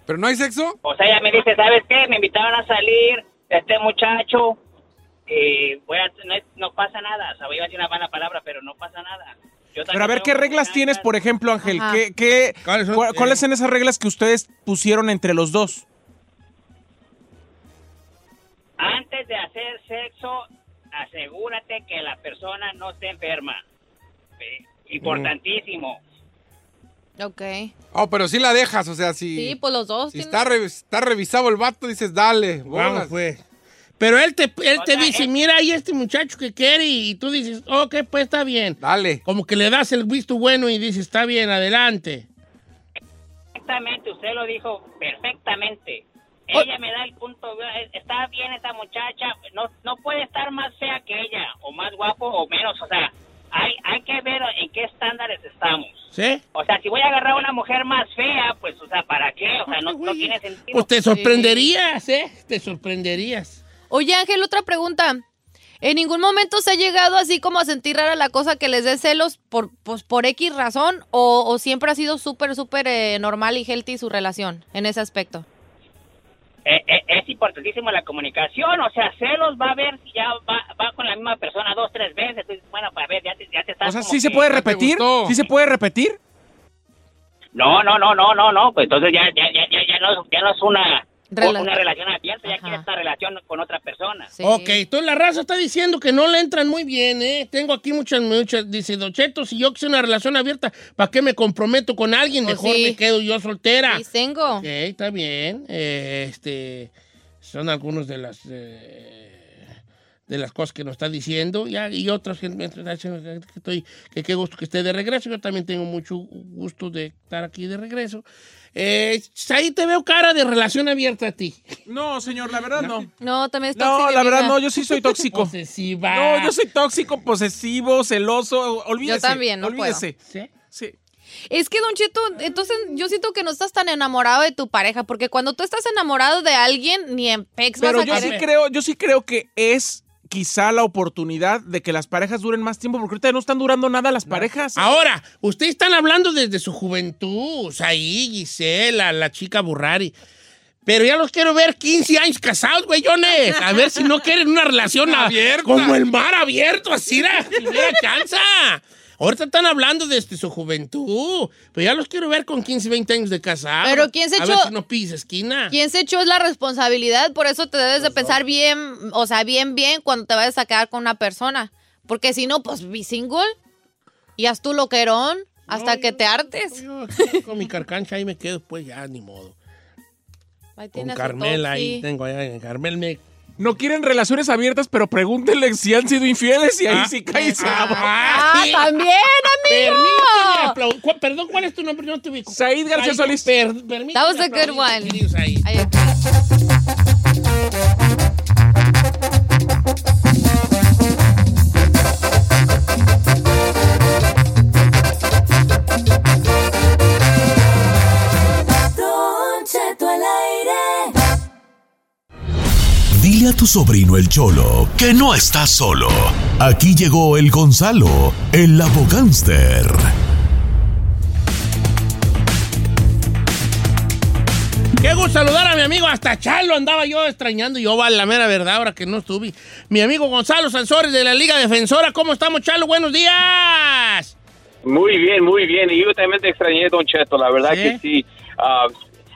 Speaker 4: ¿Pero no hay sexo?
Speaker 8: O sea, ella me dice, ¿sabes qué? Me invitaron a salir, este muchacho, eh, voy a- no, no pasa nada. O sea, voy a decir una mala palabra, pero no pasa nada. Yo
Speaker 2: Pero a ver,
Speaker 8: también
Speaker 2: ¿qué
Speaker 8: tengo
Speaker 2: reglas tienes,
Speaker 8: confianza.
Speaker 2: por ejemplo, Ángel?
Speaker 3: Ajá.
Speaker 2: ¿Qué, qué,
Speaker 1: ¿Cuáles son?
Speaker 2: cua- ¿Cuáles son Eh. esas reglas que ustedes pusieron entre los dos?
Speaker 8: Antes de hacer sexo, asegúrate que la persona no esté enferma. ¿Sí? Importantísimo.
Speaker 2: Mm.
Speaker 3: Ok.
Speaker 4: Oh, pero sí la dejas, o sea,
Speaker 3: Sí,
Speaker 4: si,
Speaker 3: pues los dos.
Speaker 4: si
Speaker 3: tienen-
Speaker 4: está, re- está revisado el vato, dices, dale,
Speaker 1: Vamos,
Speaker 4: bolas.
Speaker 1: pues. Pero él te, él te
Speaker 8: O sea,
Speaker 1: dice,
Speaker 8: eh.
Speaker 1: mira, hay este muchacho que quiere, y tú dices, ok, pues está bien.
Speaker 4: Dale.
Speaker 1: Como que le das el visto bueno y dices, está bien, adelante.
Speaker 8: Exactamente, usted lo dijo perfectamente.
Speaker 2: Oh.
Speaker 8: Ella me da el punto, eh, está bien esa muchacha, no, no puede estar más fea que ella, o más guapo o menos, o sea, hay, hay que ver en qué estándares estamos.
Speaker 1: ¿Sí?
Speaker 8: O sea, si voy a agarrar a una mujer más fea, pues, o sea, ¿para qué? O sea, no, no tiene sentido.
Speaker 1: Pues te sorprenderías, ¿eh? Te sorprenderías.
Speaker 3: Oye, Ángel, otra pregunta. ¿En ningún momento se ha llegado así como a sentir rara la cosa que les dé celos por, pues, por X razón? ¿O, o siempre ha sido súper, súper eh, normal y healthy su relación en ese aspecto?
Speaker 8: Eh, eh, es importantísimo la comunicación, o sea, celos va a ver si ya va, va con la misma persona dos, tres veces. Tú dices, bueno, para ver, ya te, ya te estás
Speaker 2: O sea,
Speaker 8: como
Speaker 2: ¿sí se
Speaker 8: que-
Speaker 2: puede
Speaker 4: no te
Speaker 2: repetir?
Speaker 4: gustó.
Speaker 2: ¿Sí se puede repetir?
Speaker 8: No, no, no, no, no, no, pues entonces ya, ya, ya, ya, ya no, ya no es una,
Speaker 3: Rela-
Speaker 8: una relación abierta, ya
Speaker 3: Ajá.
Speaker 8: quieres esta relación con otra persona.
Speaker 3: Sí.
Speaker 1: Ok, entonces la raza está diciendo que no le entran muy bien, ¿eh? Tengo aquí muchas, muchas. Dice, Docheto, si yo quisiera una relación abierta, ¿para qué me comprometo con alguien?
Speaker 3: Pues
Speaker 1: Mejor
Speaker 3: sí.
Speaker 1: me quedo yo soltera.
Speaker 3: Sí, tengo.
Speaker 1: Ok, está bien. Eh, este, son algunos de las eh, de las cosas que nos está diciendo ya, y otras que que estoy que qué gusto que esté de regreso. Yo también tengo mucho gusto de estar aquí de regreso. Eh, ahí te veo cara de relación abierta a ti.
Speaker 2: No, señor, la verdad no.
Speaker 3: No, también es
Speaker 2: No,
Speaker 3: tóxica,
Speaker 2: la verdad
Speaker 3: mija.
Speaker 2: no, yo sí soy tóxico.
Speaker 1: Posesiva.
Speaker 2: No, yo soy tóxico, posesivo, celoso. Olvídese.
Speaker 3: también, no
Speaker 2: olvídese.
Speaker 1: ¿Sí?
Speaker 2: Sí.
Speaker 3: Es que, Don Cheto, entonces yo siento que no estás tan enamorado de tu pareja, porque cuando tú estás enamorado de alguien, ni en pex
Speaker 2: Pero
Speaker 3: vas a
Speaker 2: yo sí
Speaker 3: querer.
Speaker 2: creo, yo sí creo que es quizá la oportunidad de que las parejas duren más tiempo, porque ahorita no están durando nada las parejas.
Speaker 1: Ahora, ustedes están hablando desde su juventud, ahí, Gisela, la chica Burrari. Pero ya los quiero ver 15 años casados, güeyones. A ver si no quieren una relación a-
Speaker 4: Abierta.
Speaker 1: como el mar abierto, así la primera chanza. Ahorita están hablando desde su juventud. Pero ya los quiero ver con 15, 20 años de casados.
Speaker 3: Pero ¿quién se
Speaker 1: a
Speaker 3: echó-
Speaker 1: ver si no pisa esquina.
Speaker 3: Quien se echó es la responsabilidad, por eso te debes de pensar bien, o sea, bien, bien cuando te vayas a quedar con una persona. Porque si no, pues be single y haz tu loquerón. Hasta que te hartes.
Speaker 1: Con mi carcancha ahí me quedo, pues ya, ni modo.
Speaker 3: Ahí
Speaker 1: Con
Speaker 3: tienes a
Speaker 1: Carmela
Speaker 3: Toti.
Speaker 1: ahí tengo allá en Carmel me.
Speaker 2: No quieren relaciones abiertas, pero pregúntenle si han sido infieles y ahí sí cae.
Speaker 3: Ah, también, amigo.
Speaker 1: Permíteme aplaudir. Cu- Perdón, ¿cuál es tu nombre? No te ubico. Said
Speaker 2: García Solís.
Speaker 1: Permíteme
Speaker 3: That was a good
Speaker 1: aplaudir,
Speaker 3: one.
Speaker 1: querido Said.
Speaker 3: Ahí está.
Speaker 9: Don Cheto al aire.
Speaker 10: Dile a tu sobrino el Cholo que no está solo. Aquí llegó el Gonzalo, el Labogánster.
Speaker 1: Qué gusto saludar a mi amigo, hasta Chalo andaba yo extrañando, yo va la mera verdad ahora que no estuve. Mi amigo Gonzalo Sansores de la Liga Defensora, ¿cómo estamos Chalo? Buenos días.
Speaker 11: Muy bien, muy bien. Y yo también te extrañé, Don Cheto, la verdad
Speaker 1: ¿Sí?
Speaker 11: que sí. Ah,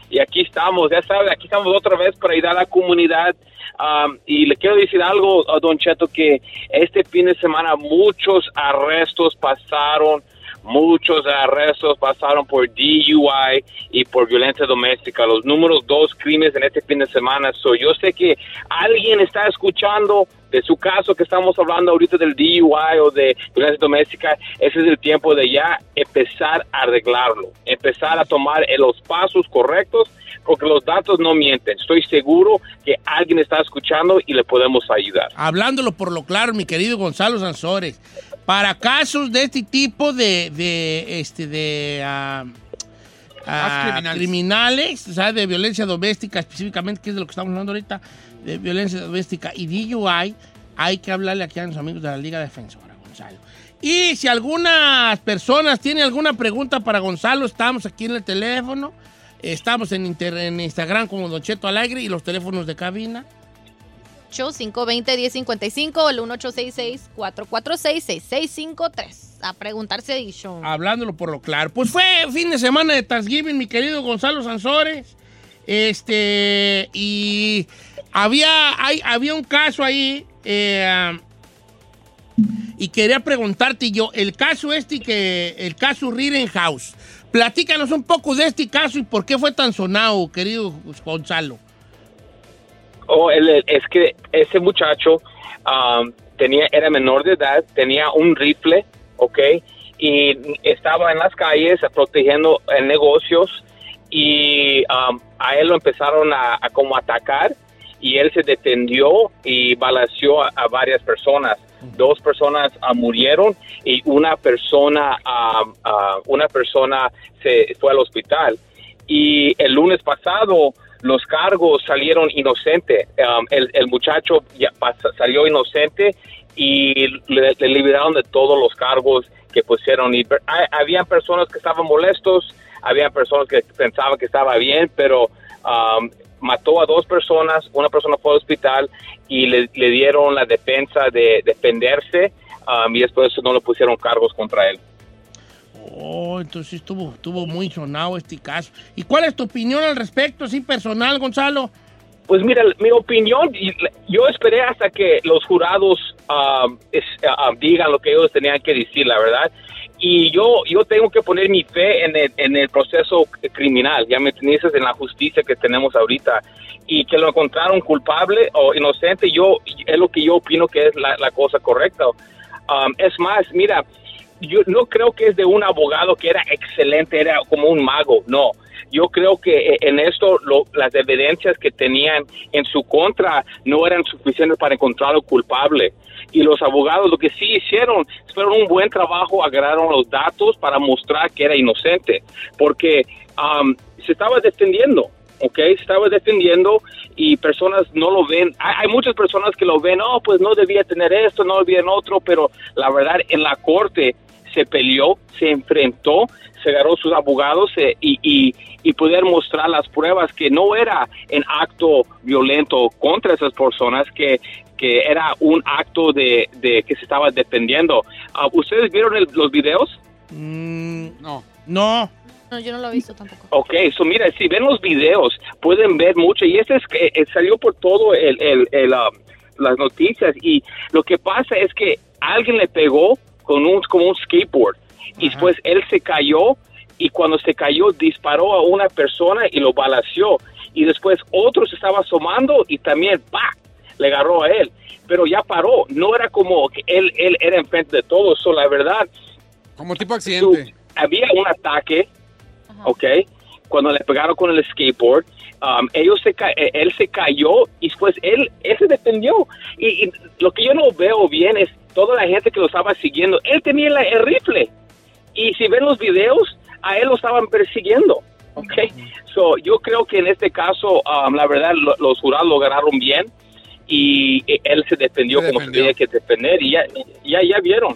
Speaker 11: y aquí estamos, ya sabes, aquí estamos otra vez para ayudar a la comunidad. Ah, y le quiero decir algo a Don Cheto, que este fin de semana muchos arrestos pasaron, muchos arrestos pasaron por DUI y por violencia doméstica, los números dos crímenes en este fin de semana. So, yo sé que alguien está escuchando de su caso que estamos hablando ahorita del DUI o de violencia doméstica, ese es el tiempo de ya empezar a arreglarlo, empezar a tomar eh, los pasos correctos, porque los datos no mienten. Estoy seguro que alguien está escuchando y le podemos ayudar.
Speaker 1: Hablándolo por lo claro, mi querido Gonzalo Sansores, para casos de este tipo de, de, este, de ah, ah,
Speaker 4: criminales.
Speaker 1: criminales, o sea, de violencia doméstica específicamente, que es de lo que estamos hablando ahorita, de violencia doméstica y DUI, hay que hablarle aquí a los amigos de la Liga Defensora, Gonzalo. Y si algunas personas tienen alguna pregunta para Gonzalo, estamos aquí en el teléfono, estamos en, inter- en Instagram como Don Cheto Alegre y los teléfonos de cabina.
Speaker 3: 8-520-1055 o el 1866-446-6653. A preguntarse dicho.
Speaker 1: hablándolo por lo claro. Pues fue fin de semana de Thanksgiving, mi querido Gonzalo Sansores. Este, y había, hay- había un caso ahí, eh, y quería preguntarte yo, el caso este que, el caso Rittenhouse. Platícanos un poco de este caso y por qué fue tan sonado, querido Gonzalo.
Speaker 11: Oh, él- él- es que ese muchacho am, tenía, era menor de edad, tenía un rifle, ¿ok? Y estaba en las calles protegiendo eh, negocios y am, a él lo empezaron a, a como atacar y él se detendió y balació a, a varias personas. Dos personas ah, murieron y una persona, am, ah, una persona se fue al hospital y el lunes pasado los cargos salieron inocente. Um, el, el muchacho ya pas- salió inocente y le, le liberaron de todos los cargos que pusieron. Y per- hay- habían personas que estaban molestos, habían personas que pensaban que estaba bien, pero um, mató a dos personas, una persona fue al hospital y le, le dieron la defensa de defenderse um, y después no le pusieron cargos contra él.
Speaker 1: Oh, entonces estuvo, estuvo muy sonado este caso. ¿Y cuál es tu opinión al respecto, así personal, Gonzalo?
Speaker 11: Pues mira, mi opinión, y la- yo esperé hasta que los jurados ah, es- ah, digan lo que ellos tenían que decir, la verdad. Y yo, yo tengo que poner mi fe en el, en el proceso criminal, ya me entendiste, en la justicia que tenemos ahorita. Y que lo encontraron culpable o inocente, yo es lo que yo opino que es la, la cosa correcta. Um, es más, mira, yo no creo que es de un abogado que era excelente, era como un mago, no. Yo creo que eh, en esto lo- las evidencias que tenían en su contra no eran suficientes para encontrarlo culpable. Y los abogados lo que sí hicieron, fueron un buen trabajo, agarraron los datos para mostrar que era inocente, porque um, se estaba defendiendo. ¿ok? Se estaba defendiendo y personas no lo ven. Hay, hay muchas personas que lo ven, oh, pues no debía tener esto, no debía en otro, pero la verdad en la corte se peleó, se enfrentó, se agarró sus abogados eh, y, y, y poder mostrar las pruebas que no era en acto violento contra esas personas, que, que era un acto de, de que se estaba defendiendo. Ah, ¿Ustedes vieron el- los videos?
Speaker 4: no.
Speaker 1: No.
Speaker 3: No, yo no lo he visto tampoco.
Speaker 11: Ok, so mira, si ven los videos, pueden ver mucho. Y este es, que, eh, salió por todo el, el- el, um, las noticias. Y lo que pasa es que alguien le pegó con un, como un skateboard. y después él se cayó y cuando se cayó disparó a una persona y lo balació y después otro se estaba asomando y también ¡pa! le agarró a él pero ya paró no era como que él él era enfrente de todos so, la verdad
Speaker 4: como tipo accidente
Speaker 11: había un ataque ok cuando le pegaron con el skateboard um, ellos se ca- eh, él se cayó y después él él se defendió y, y lo que yo no veo bien es toda la gente que lo estaba siguiendo él tenía la- el rifle y si ven los videos, a él lo estaban persiguiendo. ¿Ok? So, yo creo que en este caso, um, la verdad, lo- los jurados lo ganaron bien y eh, él se defendió como se tenía que defender y ya, ya, ya vieron.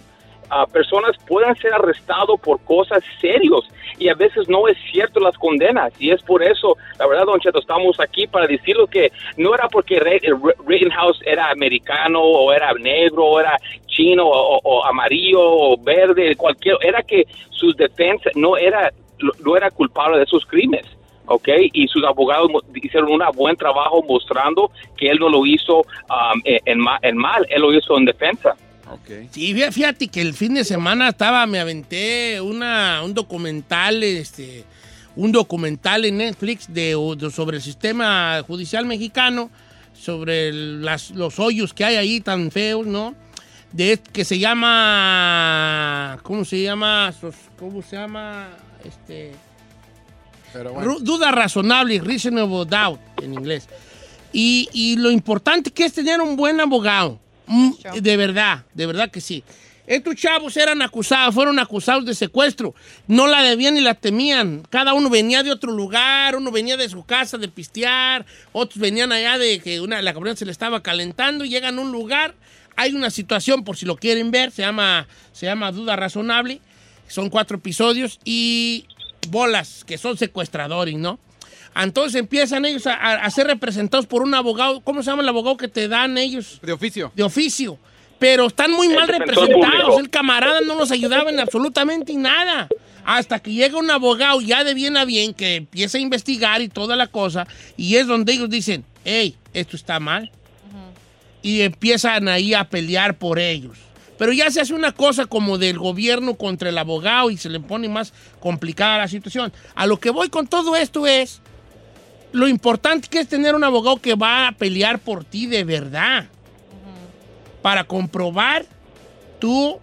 Speaker 11: ah, personas pueden ser arrestados por cosas serios y a veces no es cierto las condenas y es por eso, la verdad, Don Cheto, estamos aquí para decirlo que no era porque Re- Re- Rittenhouse era americano o era negro o era chino o, o amarillo o verde, cualquier, era que sus defensas no era, no era culpable de esos crímenes. ¿ok? Y sus abogados mo- hicieron un buen trabajo mostrando que él no lo hizo um, en, en ma- en mal, él lo hizo en defensa.
Speaker 1: Sí, fí- fíjate que el fin de semana estaba, me aventé una, un documental, este, un documental en Netflix de, de- sobre el sistema judicial mexicano, sobre el- las- los hoyos que hay ahí tan feos, ¿no? De, que se llama, ¿cómo se llama? Sos- ¿Cómo se llama? Este,
Speaker 4: Pero
Speaker 1: Ru- Duda razonable, reasonable doubt en inglés. Y, y lo importante que es tener un buen abogado. Mm, De verdad, de verdad que sí. Estos chavos eran acusados, fueron acusados de secuestro. No la debían ni la temían. Cada uno venía de otro lugar, uno venía de su casa de pistear, otros venían allá de que una, la camioneta se le estaba calentando y llegan a un lugar. Hay una situación, por si lo quieren ver, se llama, se llama Duda Razonable. Son cuatro episodios y bolas, que son secuestradores, ¿no? Entonces empiezan ellos a, a- a ser representados por un abogado. ¿Cómo se llama el abogado que te dan ellos?
Speaker 4: De oficio.
Speaker 1: De oficio. Pero están muy
Speaker 4: El
Speaker 1: mal
Speaker 4: defensor
Speaker 1: representados.
Speaker 4: público.
Speaker 1: El camarada no los ayudaba en absolutamente nada. Hasta que llega un abogado ya de bien a bien que empieza a investigar y toda la cosa. Y es donde ellos dicen, hey, esto está mal y empiezan ahí a pelear por ellos. Pero ya se hace una cosa como del gobierno contra el abogado y se le pone más complicada la situación. A lo que voy con todo esto es lo importante que es tener un abogado que va a pelear por ti de verdad para comprobar tú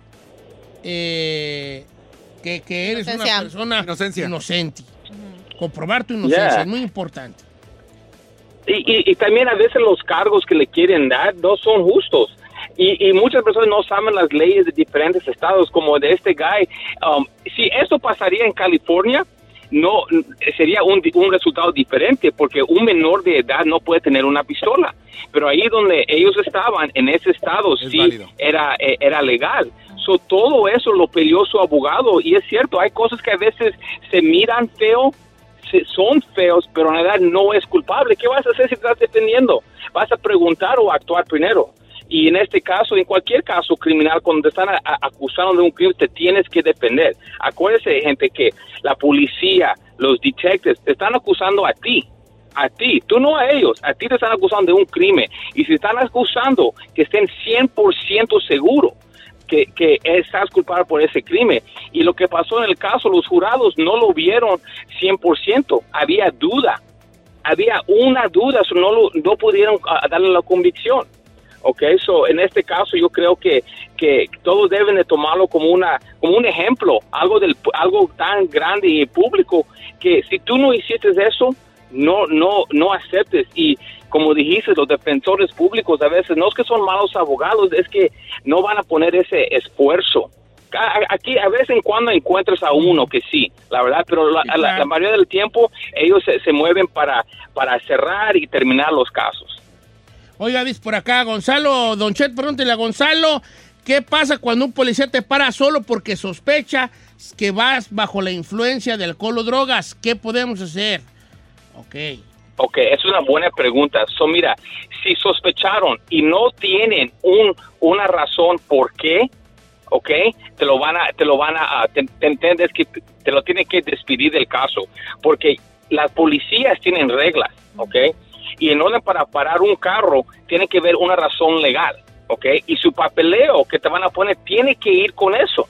Speaker 1: eh, que, que eres
Speaker 4: Inocencia.
Speaker 1: una persona inocente. Comprobar tu
Speaker 11: Yeah.
Speaker 1: inocencia es muy importante.
Speaker 11: Y, y- y también a veces los cargos que le quieren dar no son justos. Y, y muchas personas no saben las leyes de diferentes estados, como de este guy. Um, si eso pasaría en California, no n- sería un, di- un resultado diferente, porque un menor de edad no puede tener una pistola. Pero ahí donde ellos estaban, en ese estado, sí
Speaker 4: válido.
Speaker 11: era, eh, era legal. So, todo eso lo peleó su abogado. Y es cierto, hay cosas que a veces se miran feo, se- son feos, pero en realidad no es culpable. ¿Qué vas a hacer si estás defendiendo? ¿Vas a preguntar o a actuar primero? Y en este caso, en cualquier caso criminal, cuando te están a- a- acusando de un crimen, te tienes que defender. Acuérdese, gente, que la policía, los detectives, te están acusando a ti. A ti, tú no a ellos, a ti te están acusando de un crimen. Y si están acusando, que estén 100% seguros que, que estás culpable por ese crimen. Y lo que pasó en el caso, los jurados no lo vieron 100%, había duda, había una duda, so no, lo- no pudieron ah, darle la convicción. Ok, so en este caso yo creo que, que todos deben de tomarlo como una como un ejemplo, algo del algo tan grande y público que si tú no hiciste eso, no no no aceptes y como dijiste, los defensores públicos a veces no es que son malos abogados, es que no van a poner ese esfuerzo. A- a- Aquí a veces en cuando encuentras a uno que sí, la verdad, pero la, la- la mayoría del tiempo ellos se, se mueven para, para cerrar y terminar los casos.
Speaker 1: Oiga, dice por acá, Gonzalo, Don Chet, pregúntele a Gonzalo, ¿qué pasa cuando un policía te para solo porque sospecha que vas bajo la influencia de alcohol o drogas? ¿Qué podemos hacer? Ok.
Speaker 11: Ok, es una buena pregunta. So, mira, si sospecharon y no tienen un, una razón por qué, ok, te lo van a, te lo van a, ah, te, te entiendes que te lo tienen que despedir del caso, porque las policías tienen reglas, ok, y en orden para parar un carro tiene que ver una razón legal, ok, y su papeleo que te van a poner tiene que ir con eso.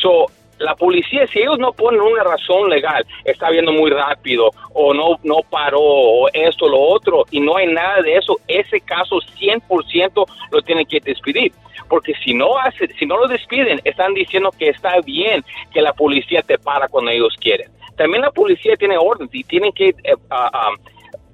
Speaker 11: So, La policía, si ellos no ponen una razón legal, está viendo muy rápido, o no, no paró, o esto, lo otro, y no hay nada de eso, ese caso 100% lo tienen que despedir. Porque si no, hace, si no lo despiden, están diciendo que está bien que la policía te para cuando ellos quieren. También la policía tiene orden y tienen que... eh, ah, ah,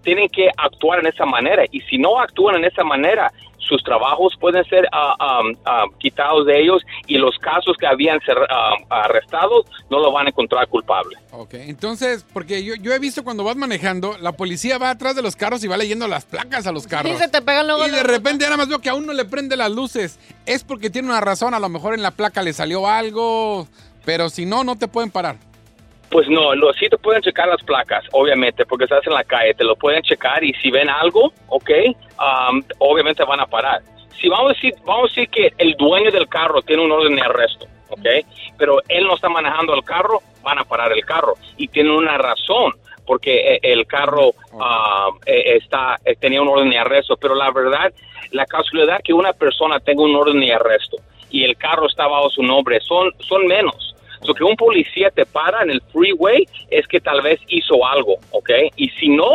Speaker 11: tienen que actuar en esa manera y si no actúan en esa manera sus trabajos pueden ser ah, ah, ah, quitados de ellos y los casos que habían ser ah, arrestados no lo van a encontrar culpable.
Speaker 4: Ok, entonces, porque yo, yo he visto cuando vas manejando, la policía va atrás de los carros y va leyendo las placas a los carros.
Speaker 3: se te pegan luego
Speaker 4: Y de
Speaker 3: las-
Speaker 4: repente nada más veo que a uno le prende las luces. Es porque tiene una razón, a lo mejor en la placa le salió algo, pero si no, no te pueden parar.
Speaker 11: Pues no, lo, sí te pueden checar las placas, obviamente, porque estás en la calle, te lo pueden checar y si ven algo, ok, am, obviamente van a parar. Si vamos a, decir, vamos a decir que el dueño del carro tiene un orden de arresto, ok, pero él no está manejando el carro, van a parar el carro y tienen una razón porque eh, el carro ah, eh, está, eh, tenía un orden de arresto, pero la verdad, la casualidad que una persona tenga un orden de arresto y el carro está bajo su nombre son, son menos. Lo que un policía te para en el freeway es que tal vez hizo algo, ¿ok? Y si no,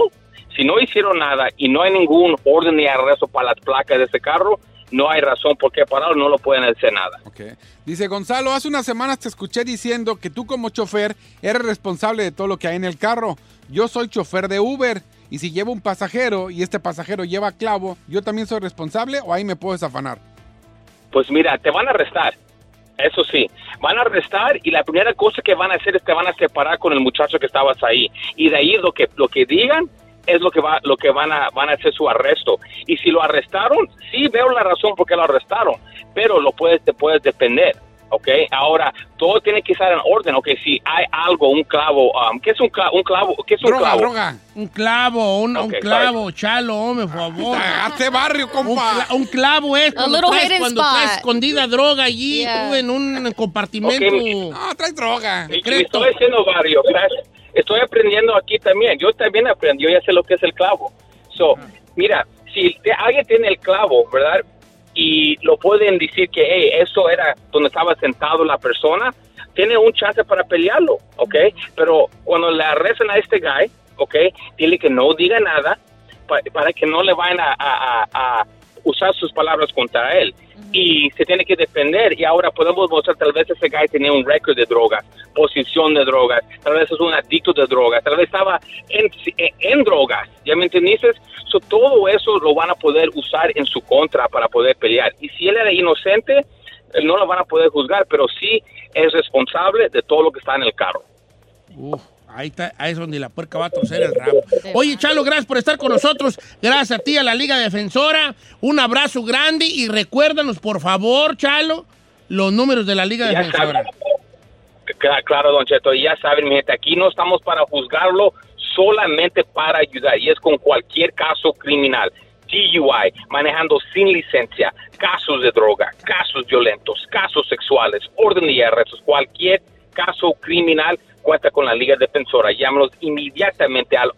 Speaker 11: si no hicieron nada y no hay ningún orden de arresto para las placas de ese carro, no hay razón por qué pararlo, no lo pueden hacer nada.
Speaker 4: Dice Gonzalo, hace unas semanas te escuché diciendo que tú como chofer eres responsable de todo lo que hay en el carro. Yo soy chofer de Uber y si llevo un pasajero y este pasajero lleva clavo, ¿yo también soy responsable o ahí me puedo desafanar?
Speaker 11: Pues mira, te van a arrestar. Eso sí, van a arrestar y la primera cosa que van a hacer es te van a separar con el muchacho que estabas ahí. Y de ahí lo que lo que digan es lo que va lo que van a van a hacer su arresto. Y si lo arrestaron, sí veo la razón por qué lo arrestaron, pero lo puedes te puedes defender. ¿Ok? Ahora, todo tiene que estar en orden. Ok, si hay algo, un clavo. um, ¿Qué es un clavo? Un clavo ¿Qué es un clavo?
Speaker 1: Un clavo, un, un
Speaker 11: Ok,
Speaker 1: clavo, chalo, hombre, por favor.
Speaker 4: Hazte barrio, compa.
Speaker 1: Un, cla- un clavo es cuando,
Speaker 3: little
Speaker 1: traes,
Speaker 3: hidden
Speaker 1: cuando
Speaker 3: spot.
Speaker 1: traes escondida droga allí,
Speaker 3: Yeah.
Speaker 1: tú en un compartimento.
Speaker 11: Ok.
Speaker 4: No, trae droga.
Speaker 11: Y- y estoy haciendo barrio, gracias. Estoy aprendiendo aquí también. Yo también aprendí, yo ya sé lo que es el clavo. So, mira, si te- alguien tiene el clavo, ¿verdad? Y lo pueden decir que, hey, eso era donde estaba sentado la persona, tiene un chance para pelearlo, ¿ok? Pero cuando le arrestan a este guy, ¿ok? Dile que no diga nada pa- para que no le vayan a, a- a- a usar sus palabras contra él. Y se tiene que defender. Y ahora podemos mostrar, tal vez ese guy tenía un récord de drogas, posición de drogas, tal vez es un adicto de drogas, tal vez estaba en, en drogas. ¿Ya me entendiste? So, todo eso lo van a poder usar en su contra para poder pelear. Y si él era inocente, eh, no lo van a poder juzgar, pero sí es responsable de todo lo que está en el carro.
Speaker 1: Uf, ahí, está, ahí es donde la puerca va a torcer el rabo. Oye, Chalo, gracias por estar con nosotros. Gracias a ti, a la Liga Defensora. Un abrazo grande y recuérdanos, por favor, Chalo, los números de la Liga
Speaker 11: Ya
Speaker 1: Defensora.
Speaker 11: Cla- Claro, Don Cheto, y ya saben, mi gente, aquí no estamos para juzgarlo, solamente para ayudar, y es con cualquier caso criminal. DUI, manejando sin licencia, casos de droga, casos violentos, casos sexuales, orden de arrestos, cualquier caso criminal cuenta con la Liga Defensora. Llámenos inmediatamente al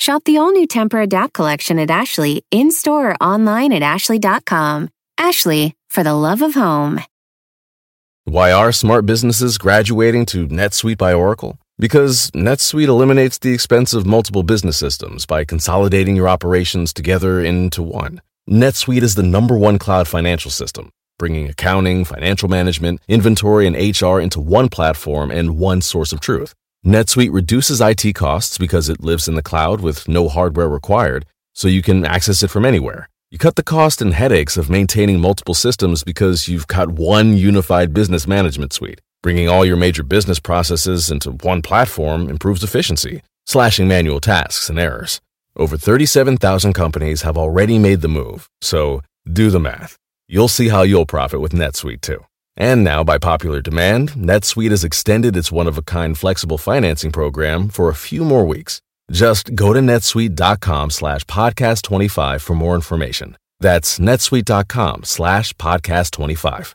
Speaker 12: Shop the all new Temper Adapt collection at Ashley in store or online at ashley.com. Ashley, for the love of home.
Speaker 13: Why are smart businesses graduating to NetSuite by Oracle? Because NetSuite eliminates the expense of multiple business systems by consolidating your operations together into one. NetSuite is the number one cloud financial system, bringing accounting, financial management, inventory, and HR into one platform and one source of truth. NetSuite reduces IT costs because it lives in the cloud with no hardware required, so you can access it from anywhere. You cut the cost and headaches of maintaining multiple systems because you've got one unified business management suite. Bringing all your major business processes into one platform improves efficiency, slashing manual tasks and errors. Over 37,000 companies have already made the move, so do the math. You'll see how you'll profit with NetSuite too. And now, by popular demand, NetSuite has extended its one of a kind flexible financing program for a few more weeks. Just go to netsuite.com slash podcast 25 for more information. That's netsuite.com slash podcast 25.